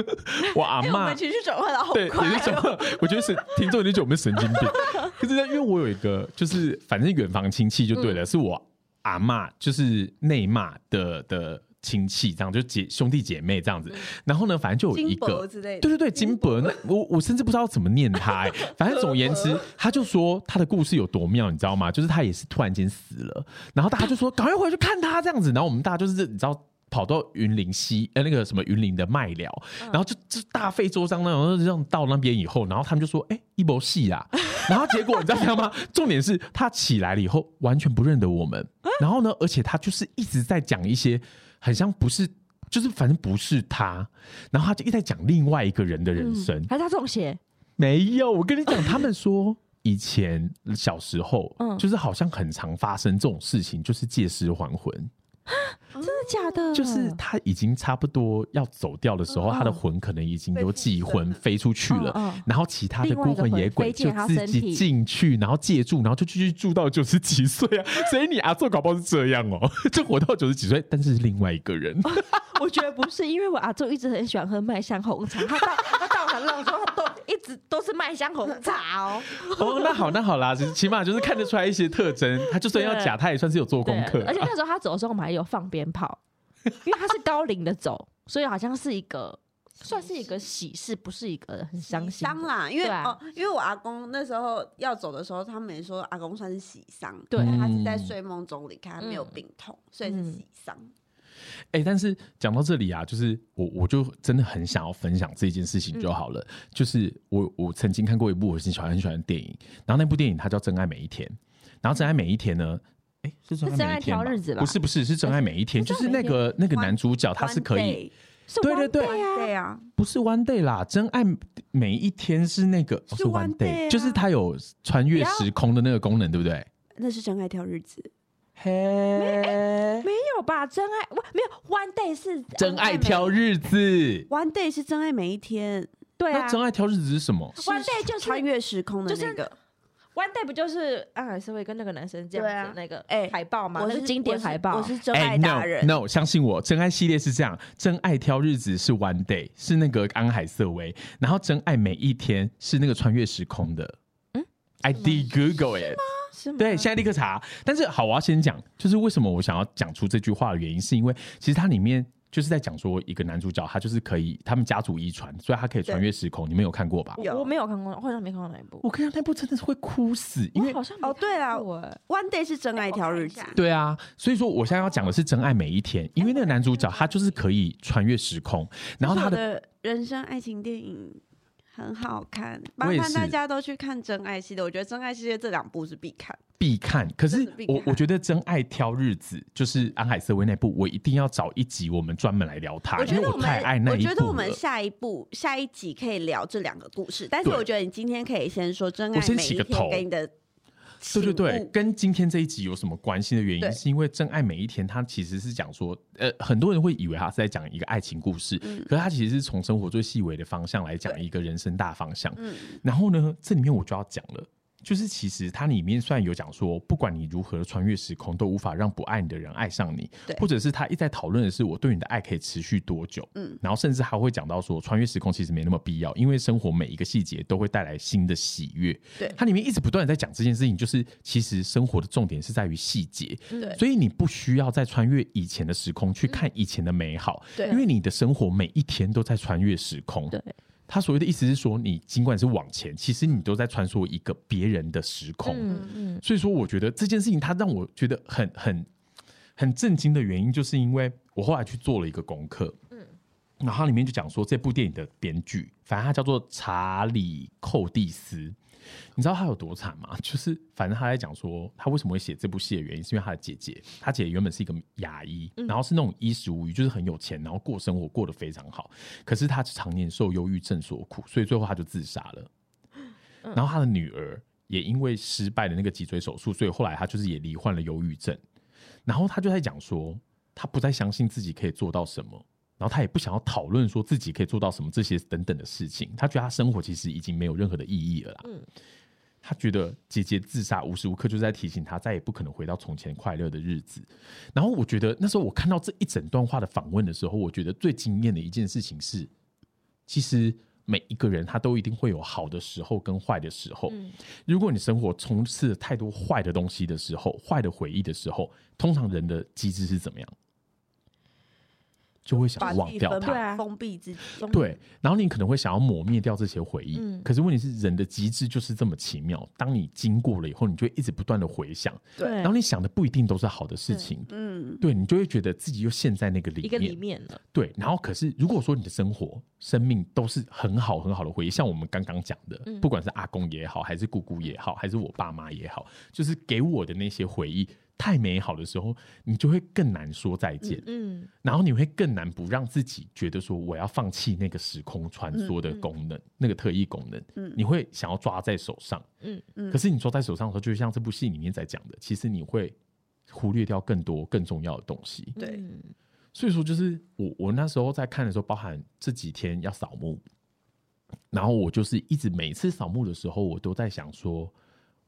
S1: 我阿
S2: 我
S4: [laughs]
S1: 嬷。
S2: 们情绪转换的好
S4: 嗯
S1: 对，
S2: 快
S1: 也是
S2: 哦。
S1: 讲， [laughs] 我觉得神听众有点觉得我们神经
S2: [laughs]
S1: 病。可是呢，因为我有一个，就是反正远房亲戚就对了，
S2: 嗯
S1: 是我阿嬷，就是内嬷的的亲戚，这样就姐兄弟姐妹这样子。然后呢，反正就有一
S2: 嗯金箔
S1: 个。
S2: 之类的，
S1: 对对对，金箔，那我我甚至不知道怎么念他、哎，反正总而言之，他就说他的故事有多妙，你知道吗？就是他也是突然间死了，然后大家就说赶快回去看他这样子，然后我们大家就是你知道。跑到云林西，呃，那个什么云林的麦寮，然后就就大费周章那种，这样到那边以后，然后他们就说，哎、一波戏啦，然后结果你知道怎样吗？ [laughs] 重点是他起来了以后完全不认得我们，然后呢，而且他就是一直在讲一些很像不是，就是反正不是他，然后他就一直在讲另外一个人的人生，
S4: 还是他中邪？
S1: 没有，我跟你讲，他们说以前小时候，
S4: 嗯
S1: 就是好像很常发生这种事情，就是借尸还魂，
S4: 真的假的？
S1: 就是他已经差不多要走掉的时候，
S4: 嗯
S1: 他的魂可能已经有
S2: 被附
S1: 寄
S2: 身
S1: 魂
S2: 了
S1: 飞出去了。
S4: 嗯嗯
S1: 然后其他的
S4: 另外
S1: 孤
S4: 一个
S1: 魂
S4: 魂
S1: 野鬼
S4: 飞
S1: 就
S4: 进他
S1: 自
S4: 身
S1: 己
S4: 体
S1: 进去，然后借住，然后就继续住到九十几岁
S4: [laughs]
S1: 啊！所以你阿做搞不好是这样哦， [laughs] 就活到九十几岁，但是是另外一个
S4: [laughs]
S1: 人。
S4: 我觉得不是，因为我阿周一直很喜欢喝麦香红茶，他到他到很浪之后，他都一直都是麦香红茶哦。
S1: 哦，那好，那好啦，只起码就是看得出来一些特征。他就算要假，他也算是有做功课啊
S4: 对，啊而且那时候他走的时候，我们还有放鞭炮，因为他是高龄的走，所以好像是一个算是一个喜事，不是一个很伤
S2: 喜
S4: 心的。
S2: 丧啦，因为、
S4: 对啊
S2: 哦，因为我阿公那时候要走的时候，他们也说阿公算是喜丧，
S4: 对
S2: 因为他是在
S1: 嗯
S2: 睡梦中离开，他没有
S4: 嗯
S2: 病痛，所以是
S4: 嗯
S2: 喜丧。
S1: 哎、但是讲到这里啊，就是我我就真的很想要分享这件事情
S4: 嗯
S1: 就好了。就是我我曾经看过一部我很喜欢很喜欢的电影，然后那部电影它叫《真爱每一天》，然后《真爱每一天》呢。哎，是真
S4: 是真
S1: 爱每一
S4: 爱
S1: 天
S4: 挑
S1: 吧
S4: 日子吧
S1: 不是不是是真爱每一天，就是那个那个男主角他是可以，
S2: One day，
S4: 是
S1: 对对
S4: one
S1: 对
S4: day 啊
S2: 对啊，
S1: 不是 One Day 啦，真爱每一天是那个、哦
S2: 是
S1: One
S2: One Day 啊
S1: 就是它有穿越时空的那个功能，对不对？
S2: 那是真爱挑日子，
S1: 嘿，
S4: 没有吧？真爱哇，没有 one day 是
S1: 真爱挑
S4: 每
S1: 日子，
S2: One Day 是真爱每一天，
S4: 对
S1: 那
S4: 啊
S1: 真爱挑日子是什么？
S4: ，one day 就是
S2: 穿越时空的那个。
S4: one day 不就是安海社会跟那个男生这
S2: 对
S4: 样
S2: 啊
S4: 子那个
S2: 哎
S4: 海报嘛，
S2: 我
S4: 那
S2: 是
S4: 个经典
S2: 我是
S4: 海报，
S2: 我是真
S1: 哎
S2: 爱
S1: n o
S2: 达人。
S1: No，相信我，真爱系列是这样，真爱挑日子是 One Day，是那个安海瑟薇，然后真爱每一天是那个穿越时空的。嗯
S4: 嗯
S1: ，I did Google it。
S4: 是吗
S1: 对，现在立刻查。但是好，我要先讲，就是为什么我想要讲出这句话的原因，是因为其实它里面就是在讲说一个男主角，他就是可以，他们家族遗传，所以他可以穿越时空。你们有看过吧？
S2: 有
S4: 我我没有看过，我好像没看过哪一部，
S1: 我看到那部真的是会哭死，因
S4: 我
S1: 为
S4: 好像
S2: 哦对啦
S4: 啊，我
S2: One Day 是真爱挑日
S4: 哎
S2: 子
S4: 我看一下，
S1: 对啊，所以说我现在要讲的是真爱每一天，因为那个男主角他就是可以穿越时空，然后
S2: 我
S1: 他的
S2: 的人生爱情电影很好看，麻
S1: 我也
S2: 烦大
S1: 是
S2: 家都去看《真爱》系列。我觉得《真爱》系列这两部是必看。
S1: 必看。可是
S2: 真的必
S1: 我
S2: 看
S1: 我觉得真爱挑日子就是安海瑟薇那部，我一定要找一集我们专门来聊它，
S2: 我
S1: 啊因
S2: 觉
S1: 为
S2: 得
S1: 我
S2: 们
S1: 太爱，那
S2: 我
S1: 一部
S2: 觉得我们
S1: 了
S2: 下一步、下一集可以聊这两个故事。但是
S1: 对
S2: 我觉得你今天可以先说《真爱
S1: 我》先
S2: 每
S1: 起
S2: 一
S1: 个头
S2: 天给你的
S1: 对对对
S2: 醒悟，
S1: 跟今天这一集有什么关系的原因，
S2: 对
S1: 是因为《真爱每一天》它其实是讲说，呃，很多人会以为它是在讲一个爱情故事，
S2: 嗯
S1: 可是它其实是从生活最细微的方向来讲一个人生大方向。
S2: 嗯，
S1: 然后呢，这里面我就要讲了。就是其实它里面虽然有讲说，不管你如何穿越时空，都无法让不爱你的人爱上你，
S2: 对
S1: 或者是他一在讨论的是我对你的爱可以持续多久，嗯
S2: 嗯，
S1: 然后甚至还会讲到说，穿越时空其实没那么必要，因为生活每一个细节都会带来新的喜悦，
S2: 对
S1: 它里面一直不断的在讲这件事情，就是其实生活的重点是在于细节，
S2: 对
S1: 所以你不需要再穿越以前的时空去看以前的美好，
S2: 对
S1: 因为你的生活每一天都在穿越时空，
S4: 对。
S1: 他所谓的意思是说，你尽管是往前，其实你都在穿梭一个别人的时空。
S4: 嗯嗯，
S1: 所以说，我觉得这件事情它让我觉得很很很震惊的原因，就是因为我后来去做了一个功课，嗯，然后它里面就讲说这部电影的编剧，反正他叫做查理寇蒂斯。你知道他有多惨吗？ [laughs] 就是反正他在讲说他为什么会写这部戏的原因，是因为他的姐姐，他姐姐原本是一个牙医，然后是那种衣食无余，就是很有钱，然后过生活过得非常好。可是他常年受忧郁症所苦，所以最后他就自杀了。然后他的女儿也因为失败的那个脊椎手术，所以后来他就是也罹患了忧郁症。然后他就在讲说，他不再相信自己可以做到什么，然后他也不想要讨论说自己可以做到什么这些等等的事情。他觉得他生活其实已经没有任何的意义了啦。他觉得姐姐自杀无时无刻就在提醒他，再也不可能回到从前快乐的日子。然后我觉得那时候我看到这一整段话的访问的时候，我觉得最惊艳的一件事情是，其实每一个人他都一定会有好的时候跟坏的时候。如果你生活充斥了太多坏的东西的时候，坏的回忆的时候，通常人的机制是怎么样？就会想
S2: 把
S1: 忘
S2: 自己
S1: 掉
S2: 封
S1: 它，
S4: 对啊
S2: 封闭自己。
S1: 对，然后你可能会想要抹灭掉这些回忆，
S4: 嗯
S1: 可是问题是人的机制就是这么奇妙，当你经过了以后，你就会一直不断的回想，
S4: 对
S1: 然后你想的不一定都是好的事情，
S2: 嗯，
S1: 对你就会觉得自己又陷在那个里
S4: 一个里
S1: 面，
S4: 面了，
S1: 对，然后可是如果说你的生活、生命都是很好很好的回忆，像我们刚刚讲的，
S4: 嗯
S1: 不管是阿公也好，还是姑姑也好，还是我爸妈也好，就是给我的那些回忆太美好的时候，你就会更难说再见。
S4: 嗯，
S1: 然后你会更难不让自己觉得说我要放弃那个时空穿梭的功能，那个特异功能，
S2: 嗯
S1: 你会想要抓在手上，
S4: 嗯
S2: 嗯
S1: 可是你抓在手上的时候，就像这部戏里面在讲的，其实你会忽略掉更多更重要的东西。
S2: 对
S4: 嗯，
S1: 所以说，就是我我那时候在看的时候，包含这几天要扫墓，然后我就是一直每次扫墓的时候，我都在想说，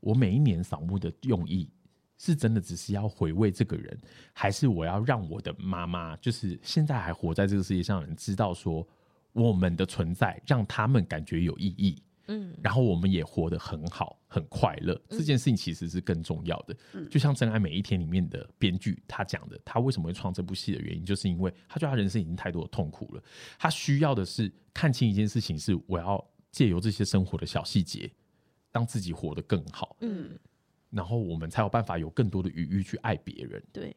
S1: 我每一年扫墓的用意是真的只是要回味这个人，还是我要让我的妈妈，就是现在还活在这个世界上的人，知道说我们的存在，让他们感觉有意义。
S4: 嗯，
S1: 然后我们也活得很好，很快乐。这件事情其实是更重要的。就像《真爱每一天》里面的编剧他讲的，他为什么会创这部戏的原因，就是因为他觉得他人生已经太多的痛苦了，他需要的是看清一件事情，是我要借由这些生活的小细节，让自己活得更好，
S4: 嗯，
S1: 然后我们才有办法有更多的余裕去爱别人，
S4: 对，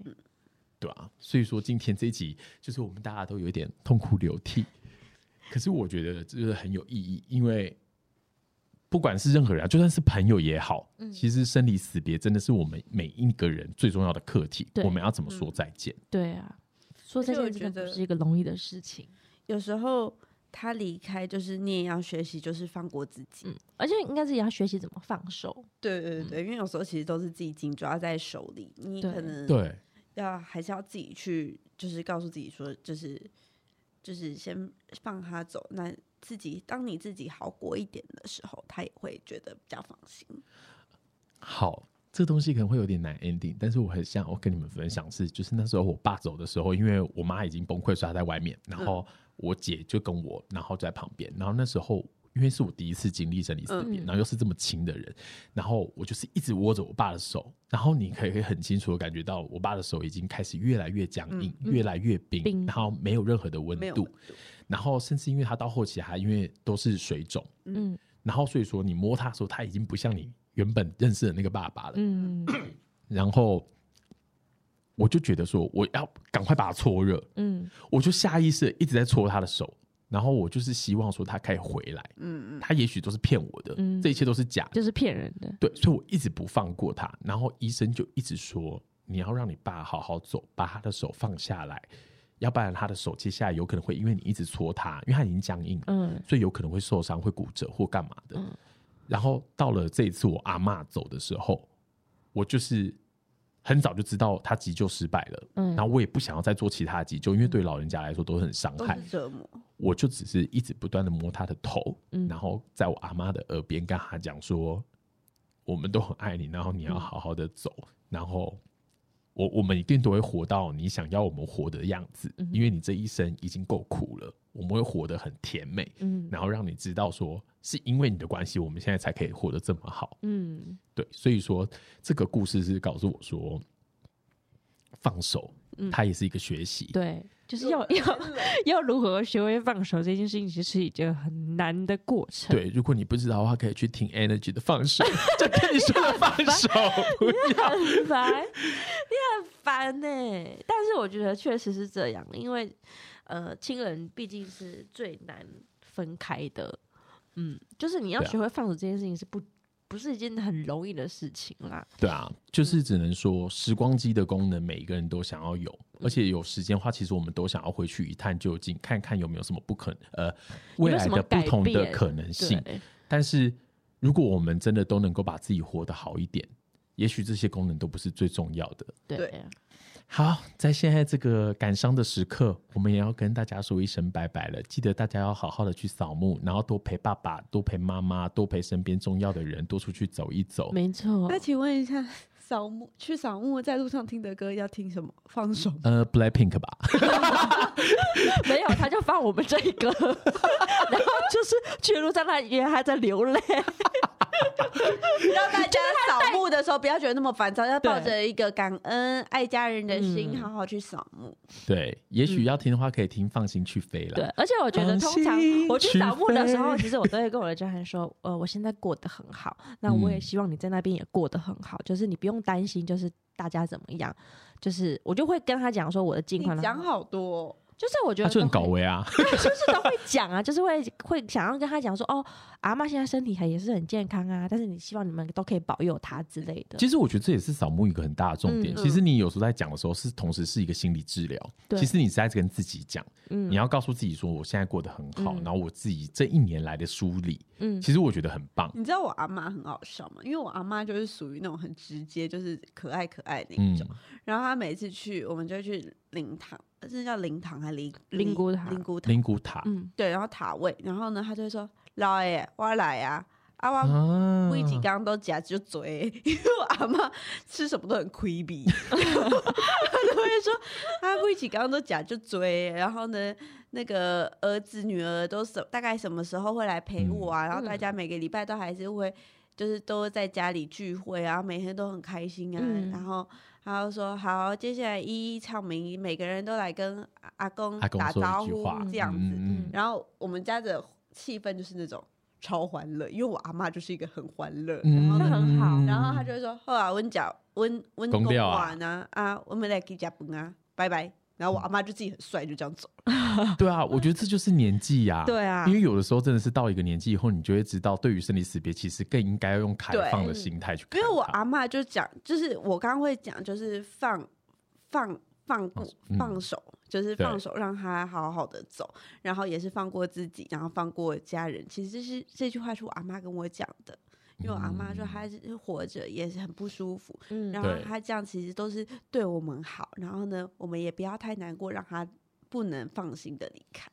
S1: 对吧、所以说今天这一集就是我们大家都有一点痛哭流涕，可是我觉得这个很有意义，因为不管是任何人啊，就算是朋友也好，其实生离死别真的是我们每一个人最重要的课题。
S4: 对
S1: 我们要怎么说再见？
S4: 对啊，说
S2: 而且
S4: 再
S2: 我
S4: 见
S2: 觉
S4: 真的
S2: 得
S4: 不是一个容易的事情，
S2: 有时候他离开，就是你也要学习，就是放过自己。嗯
S4: 嗯，而且应该是也要学习怎么放手。
S2: 对对对，因为有时候其实都是自己紧抓在手里，你
S4: 对
S2: 可能
S1: 对，
S2: 要还是要自己去，就是告诉自己说，就是就是先放他走。那自己当你自己好过一点的时候，他也会觉得比较放心。
S1: 好，这东西可能会有点难 ending，但是我很想我跟你们分享是，就是那时候我爸走的时候，因为我妈已经崩溃，所以她在外面，然后我姐就跟我，然后就在旁边，然后那时候。因为是我第一次经历生离死别，
S4: 嗯
S1: 然后又是这么亲的人，然后我就是一直握着我爸的手，然后你可以可以很清楚的感觉到我爸的手已经开始越来越僵硬，越来越冰，
S4: 冰
S1: 然后没有任何的温
S2: 没有
S1: 度
S2: 温，度
S1: 然后甚至因为他到后期还因为都是水肿，
S4: 嗯
S1: 然后所以说你摸他的时候，他已经不像你原本认识的那个爸爸了，
S4: 嗯
S1: 然后我就觉得说，我要赶快把他搓热，
S4: 嗯
S1: 我就下意识地一直在搓他的手，然后我就是希望说他可以回来，
S2: 嗯嗯，
S1: 他也许都是骗我的，
S4: 嗯
S1: 这一切都是假的，
S4: 就是骗人的。
S1: 对，所以我一直不放过他。然后医生就一直说，你要让你爸好好走，把他的手放下来，要不然他的手接下来有可能会因为你一直搓他，因为他已经僵硬了，
S4: 嗯
S1: 所以有可能会受伤、会骨折或干嘛的。然后到了这一次我阿嬷走的时候，我就是很早就知道她急救失败了，
S4: 嗯
S1: 然后我也不想要再做其他的急救，因为对老人家来说都很伤
S2: 都
S1: 害
S2: 是。折磨。
S1: 我就只是一直不断的摸她的头，
S4: 嗯
S1: 然后在我阿妈的耳边跟她讲说，我们都很爱你，然后
S4: 嗯
S1: 你要好好的走，然后。我我们一定都会活到你想要我们活的样子，
S4: 嗯哼
S1: 因为你这一生已经够苦了，我们会活得很甜美，
S4: 嗯
S1: 然后让你知道说，是因为你的关系，我们现在才可以活得这么好。
S4: 嗯
S1: 对，所以说这个故事是告诉我说，放手，它也是一个学习。
S4: 嗯对，就是要 [laughs] 要要如何学会放手这件事情，其实是一个很难的过程。
S1: 对，如果你不知道的话，可以去听 Energy 的放
S4: [laughs]
S1: 手，就跟你说的放手不要。
S4: 很烦，你很烦呢、但是我觉得确实是这样，因为呃，亲人毕竟是最难分开的。嗯，就是你要
S1: 对啊
S4: 学会放手这件事情是不不是一件很容易的事情啦。
S1: [laughs] 对啊，就是只能说时光机的功能，每一个人都想要有，而且有时间的话，其实我们都想要回去一探究竟，看看有没有什么不可能呃
S4: 有
S1: 未
S4: 没有
S1: 来
S4: 什么
S1: 的不
S4: 改
S1: 同的
S4: 变
S1: 可能性。
S4: 对，
S1: 但是如果我们真的都能够把自己活得好一点，也许这些功能都不是最重要的。
S4: 对，
S1: 好，在现在这个感伤的时刻，我们也要跟大家说一声拜拜了。记得大家要好好的去扫墓，然后多陪爸爸，多陪妈妈，多陪身边重要的人，多出去走一走。
S4: 没
S2: [laughs]
S4: 错
S2: 那。请问一下，扫墓去扫墓，在路上听的歌要听什么？放手。
S1: 呃，Blackpink 吧，
S4: 没有，他就放我们这一个， [laughs] 然后就是全路在那里，还在流泪。
S2: 让大家扫墓的时候不要觉得那么烦躁，要抱着一个感恩、爱家人的心，
S4: 嗯
S2: 好好去扫墓。
S1: 对，也许要听的话可以听《放心去飞》
S4: 对
S1: 了。，
S4: 而且我觉得
S1: 放
S4: 通常
S1: 心
S4: 我去
S1: 去
S4: 扫墓的时候，
S1: 飞
S4: 其实我都会跟我的家人说，呃，我现在过得很好，那我也
S1: 嗯
S4: 希望你在那边也过得很好，就是你不用担心，就是大家怎么样，就是我就会跟他讲说我的近况
S2: 你
S4: 啦，
S2: 讲好多哦，
S4: 就是我觉
S1: 他
S4: 得
S1: 就很
S4: 都
S1: 搞
S4: 会
S1: 维啊，
S4: 就是都会讲啊，就是会会想要跟他讲说，哦，阿妈现在身体还也是很健康啊，但是你希望你们都可以保佑她之类的，
S1: 其实我觉得这也是扫墓一个很大的重点。
S4: 嗯
S1: 其实你有时候在讲的时候，是同时是一个心理治疗。
S4: 对
S1: 其实你是在跟自己讲，
S4: 嗯
S1: 你要告诉自己说，我现在过得很好，
S4: 嗯
S1: 然后我自己这一年来的梳理，
S4: 嗯
S1: 其实我觉得很棒。
S2: 你知道我阿妈很好笑吗？因为我阿妈就是属于那种很直接，就是可爱可爱那一
S1: 嗯
S2: 种。，然后她每次去，我们就会去灵堂，呃是叫灵堂还灵
S4: 灵骨塔
S2: 灵骨塔
S1: 灵骨塔
S4: 嗯
S2: 对，然后塔位，然后呢，她就会说老爷，我来啊，阿我
S1: 啊
S2: 我已经刚刚都夹就嘴， [laughs] 因为我阿妈吃什么都很
S1: [laughs]
S2: creepy，她都会说啊，我已经刚刚都夹就嘴，然后呢，那个儿子女儿都什大概什么时候会来陪我
S1: 嗯
S2: 啊？然后大家每个礼拜都还是会，就是都在家里聚会啊，每天都很开心啊。
S4: 嗯
S2: 然后他就说好，接下来一一唱名，每个人都来跟阿阿公
S1: 阿公
S2: 打
S1: 说一
S2: 招
S1: 句
S2: 呼
S1: 话
S2: 这样子。
S1: 嗯
S2: 然后我们家的气氛就是那种超欢乐，因为我阿妈就是一个很欢乐，
S1: 嗯
S2: 嗯然后
S4: 那
S2: 呢，
S4: 很好
S2: 然后她就会说：“好啊，温脚温温
S1: 公料啊
S2: 完啊啊，我们来给加崩啊，拜拜。”然后我阿妈就自己很帅，就这样走。
S1: 对啊，我觉得这就是年纪呀、
S2: 嗯对啊
S1: 因为有的时候真的是到一个年纪以后，你就会知道，对于生离死别，其实更应该用开放的心态去看
S2: 因
S1: 它。
S2: 为我啊阿妈就讲，就是我刚刚会讲，就是放放放过
S1: 嗯
S2: 放手，就是
S1: 对
S2: 放手让他好好的走，然后也是放过自己，然后放过家人。其实是这句话是我阿妈跟我讲的，因为我阿
S1: 嗯
S2: 妈说她是活着也是很不舒服，
S4: 嗯
S2: 然后
S1: 对
S2: 她这样其实都是对我们好，然后呢，我们也不要太难过，让她不能放心的离开。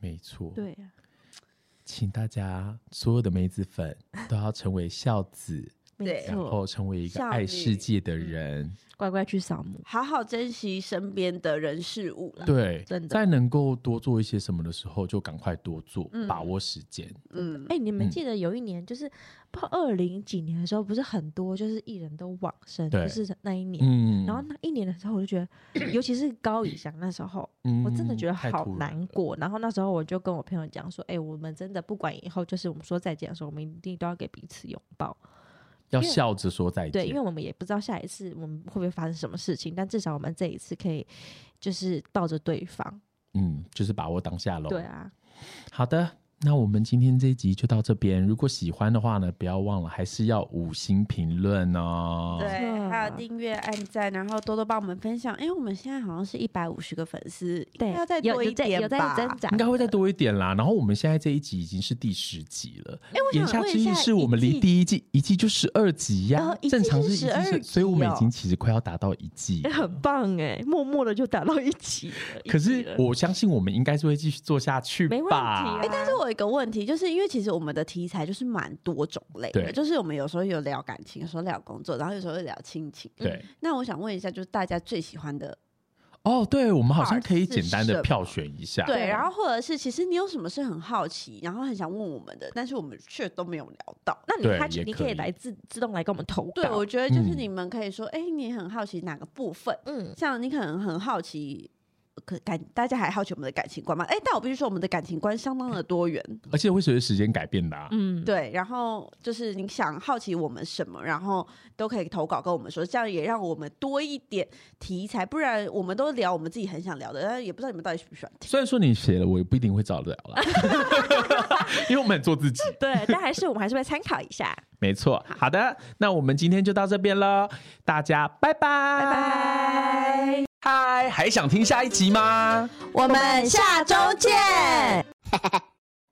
S1: 没错，
S4: 对
S2: 啊
S4: 呀、
S1: 请大家所有的梅子粉都要成为孝子，
S4: 没
S2: 对
S1: 然
S4: 错，
S1: 后成为一个
S2: 孝
S1: 爱
S2: 女
S1: 世界的人。
S4: 乖乖去扫墓，
S2: 好好珍惜身边的人事物啦。
S1: 对
S4: 嗯真，的
S1: 在能够多做一些什么的时候，就赶快多做，
S2: 嗯
S1: 把握时间。
S2: 嗯，
S4: 哎、你们
S1: 嗯
S4: 记得有一年，就是不知道二零几年的时候，不是很多就是艺人都往生，就
S1: 对
S4: 是那一年。
S1: 嗯，
S4: 然后那一年的时候，我就觉得，尤其是高以翔那时候，我真的觉得
S1: 嗯太
S4: 好
S1: 突然
S4: 难
S1: 了
S4: 过。然后那时候我就跟我朋友讲说，哎、我们真的不管以后，就是我们说再见的时候，我们一定都要给彼此拥抱。
S1: 要
S4: 因为
S1: 笑着说再见。
S4: 对，因为我们也不知道下一次我们会不会发生什么事情，但至少我们这一次可以就是抱着对方。
S1: 嗯，就是把握当下喽。
S4: 对啊，
S1: 好的，那我们今天这一集就到这边。如果喜欢的话呢，不要忘了还是要五星评论哦。
S2: 对，
S4: 错
S2: 还有订阅、按赞，然后多多帮我们分享，因为我们现在好像是一百五十个粉丝，应该
S4: 对，
S2: 要再
S4: 有
S2: 多
S4: 有
S2: 一
S4: 在
S2: 点
S4: 有在
S2: 吧
S4: 挣扎，
S1: 应该会再多一点啦。然后我们现在这一集已经是第十集了，
S2: 哎想
S1: 言下
S2: 问
S1: 之
S2: 一
S1: 意
S2: 下
S1: 是
S2: 一
S1: 我们离
S2: 季
S1: 第一季一季就十二集呀、
S2: 哦一季
S1: 正常
S2: 是
S1: 一季
S2: 12
S1: 是，
S2: 集
S1: 所以我们已
S2: 哦
S1: 经其实快要达到一季
S2: [laughs]
S4: 哎、
S1: 了。
S4: 很棒哎、默默的就打到一起了。一
S1: 嗯可
S4: 起
S1: 是
S4: 了
S1: 我相信我们应该是会继续做下去
S4: 没问题
S1: 吧
S4: 啊。
S2: 哎、但是我有一个问题，就是因为其实我们的题材就是蛮多种类的，
S1: 对
S2: 就是我们有时候有聊感情，有时候聊工作，然后有时候又聊亲情。
S1: 对，
S2: 那我想问一下，就是大家最喜欢的
S1: 哦，对，我们好像
S2: Part
S1: 可以
S2: 是
S1: 简单
S2: 什
S1: 的
S2: 么
S1: 票选一下。
S2: 对，然后或者是其实你有什么是很好奇，然后很想问我们的，但是我们却都没有聊到。
S4: 那你
S1: 对
S4: 他
S1: 也
S4: 你
S1: 可
S4: 可以
S1: 以
S4: 来自自动来跟我们投
S2: 对，我
S4: 稿。
S2: 觉得就是
S1: 嗯
S2: 你们可以说，哎、你很好奇哪个部分？
S4: 嗯，
S2: 像你可能很好奇，可感大家还好奇我们的感情观吗？哎、但我必须说，我们的感情观相当的多元。
S1: 而且会随着时间改变的、啊。
S4: 嗯，
S2: 对，然后就是你想好奇我们什么，然后都可以投稿跟我们说，这样也让我们多一点题材，不然我们都聊我们自己很想聊的，但也不知道你们到底喜不喜欢听。
S1: 虽然说你写了，我也不一定会找得了
S2: [laughs]
S1: 啦， [laughs] 因为我们很做自己。
S4: 对，但还是我们还是会参考一下。
S1: 没错，好的，那我们今天就到这边喽，大家拜拜，拜拜，嗨，还想听下一集吗？
S2: 我们下周见。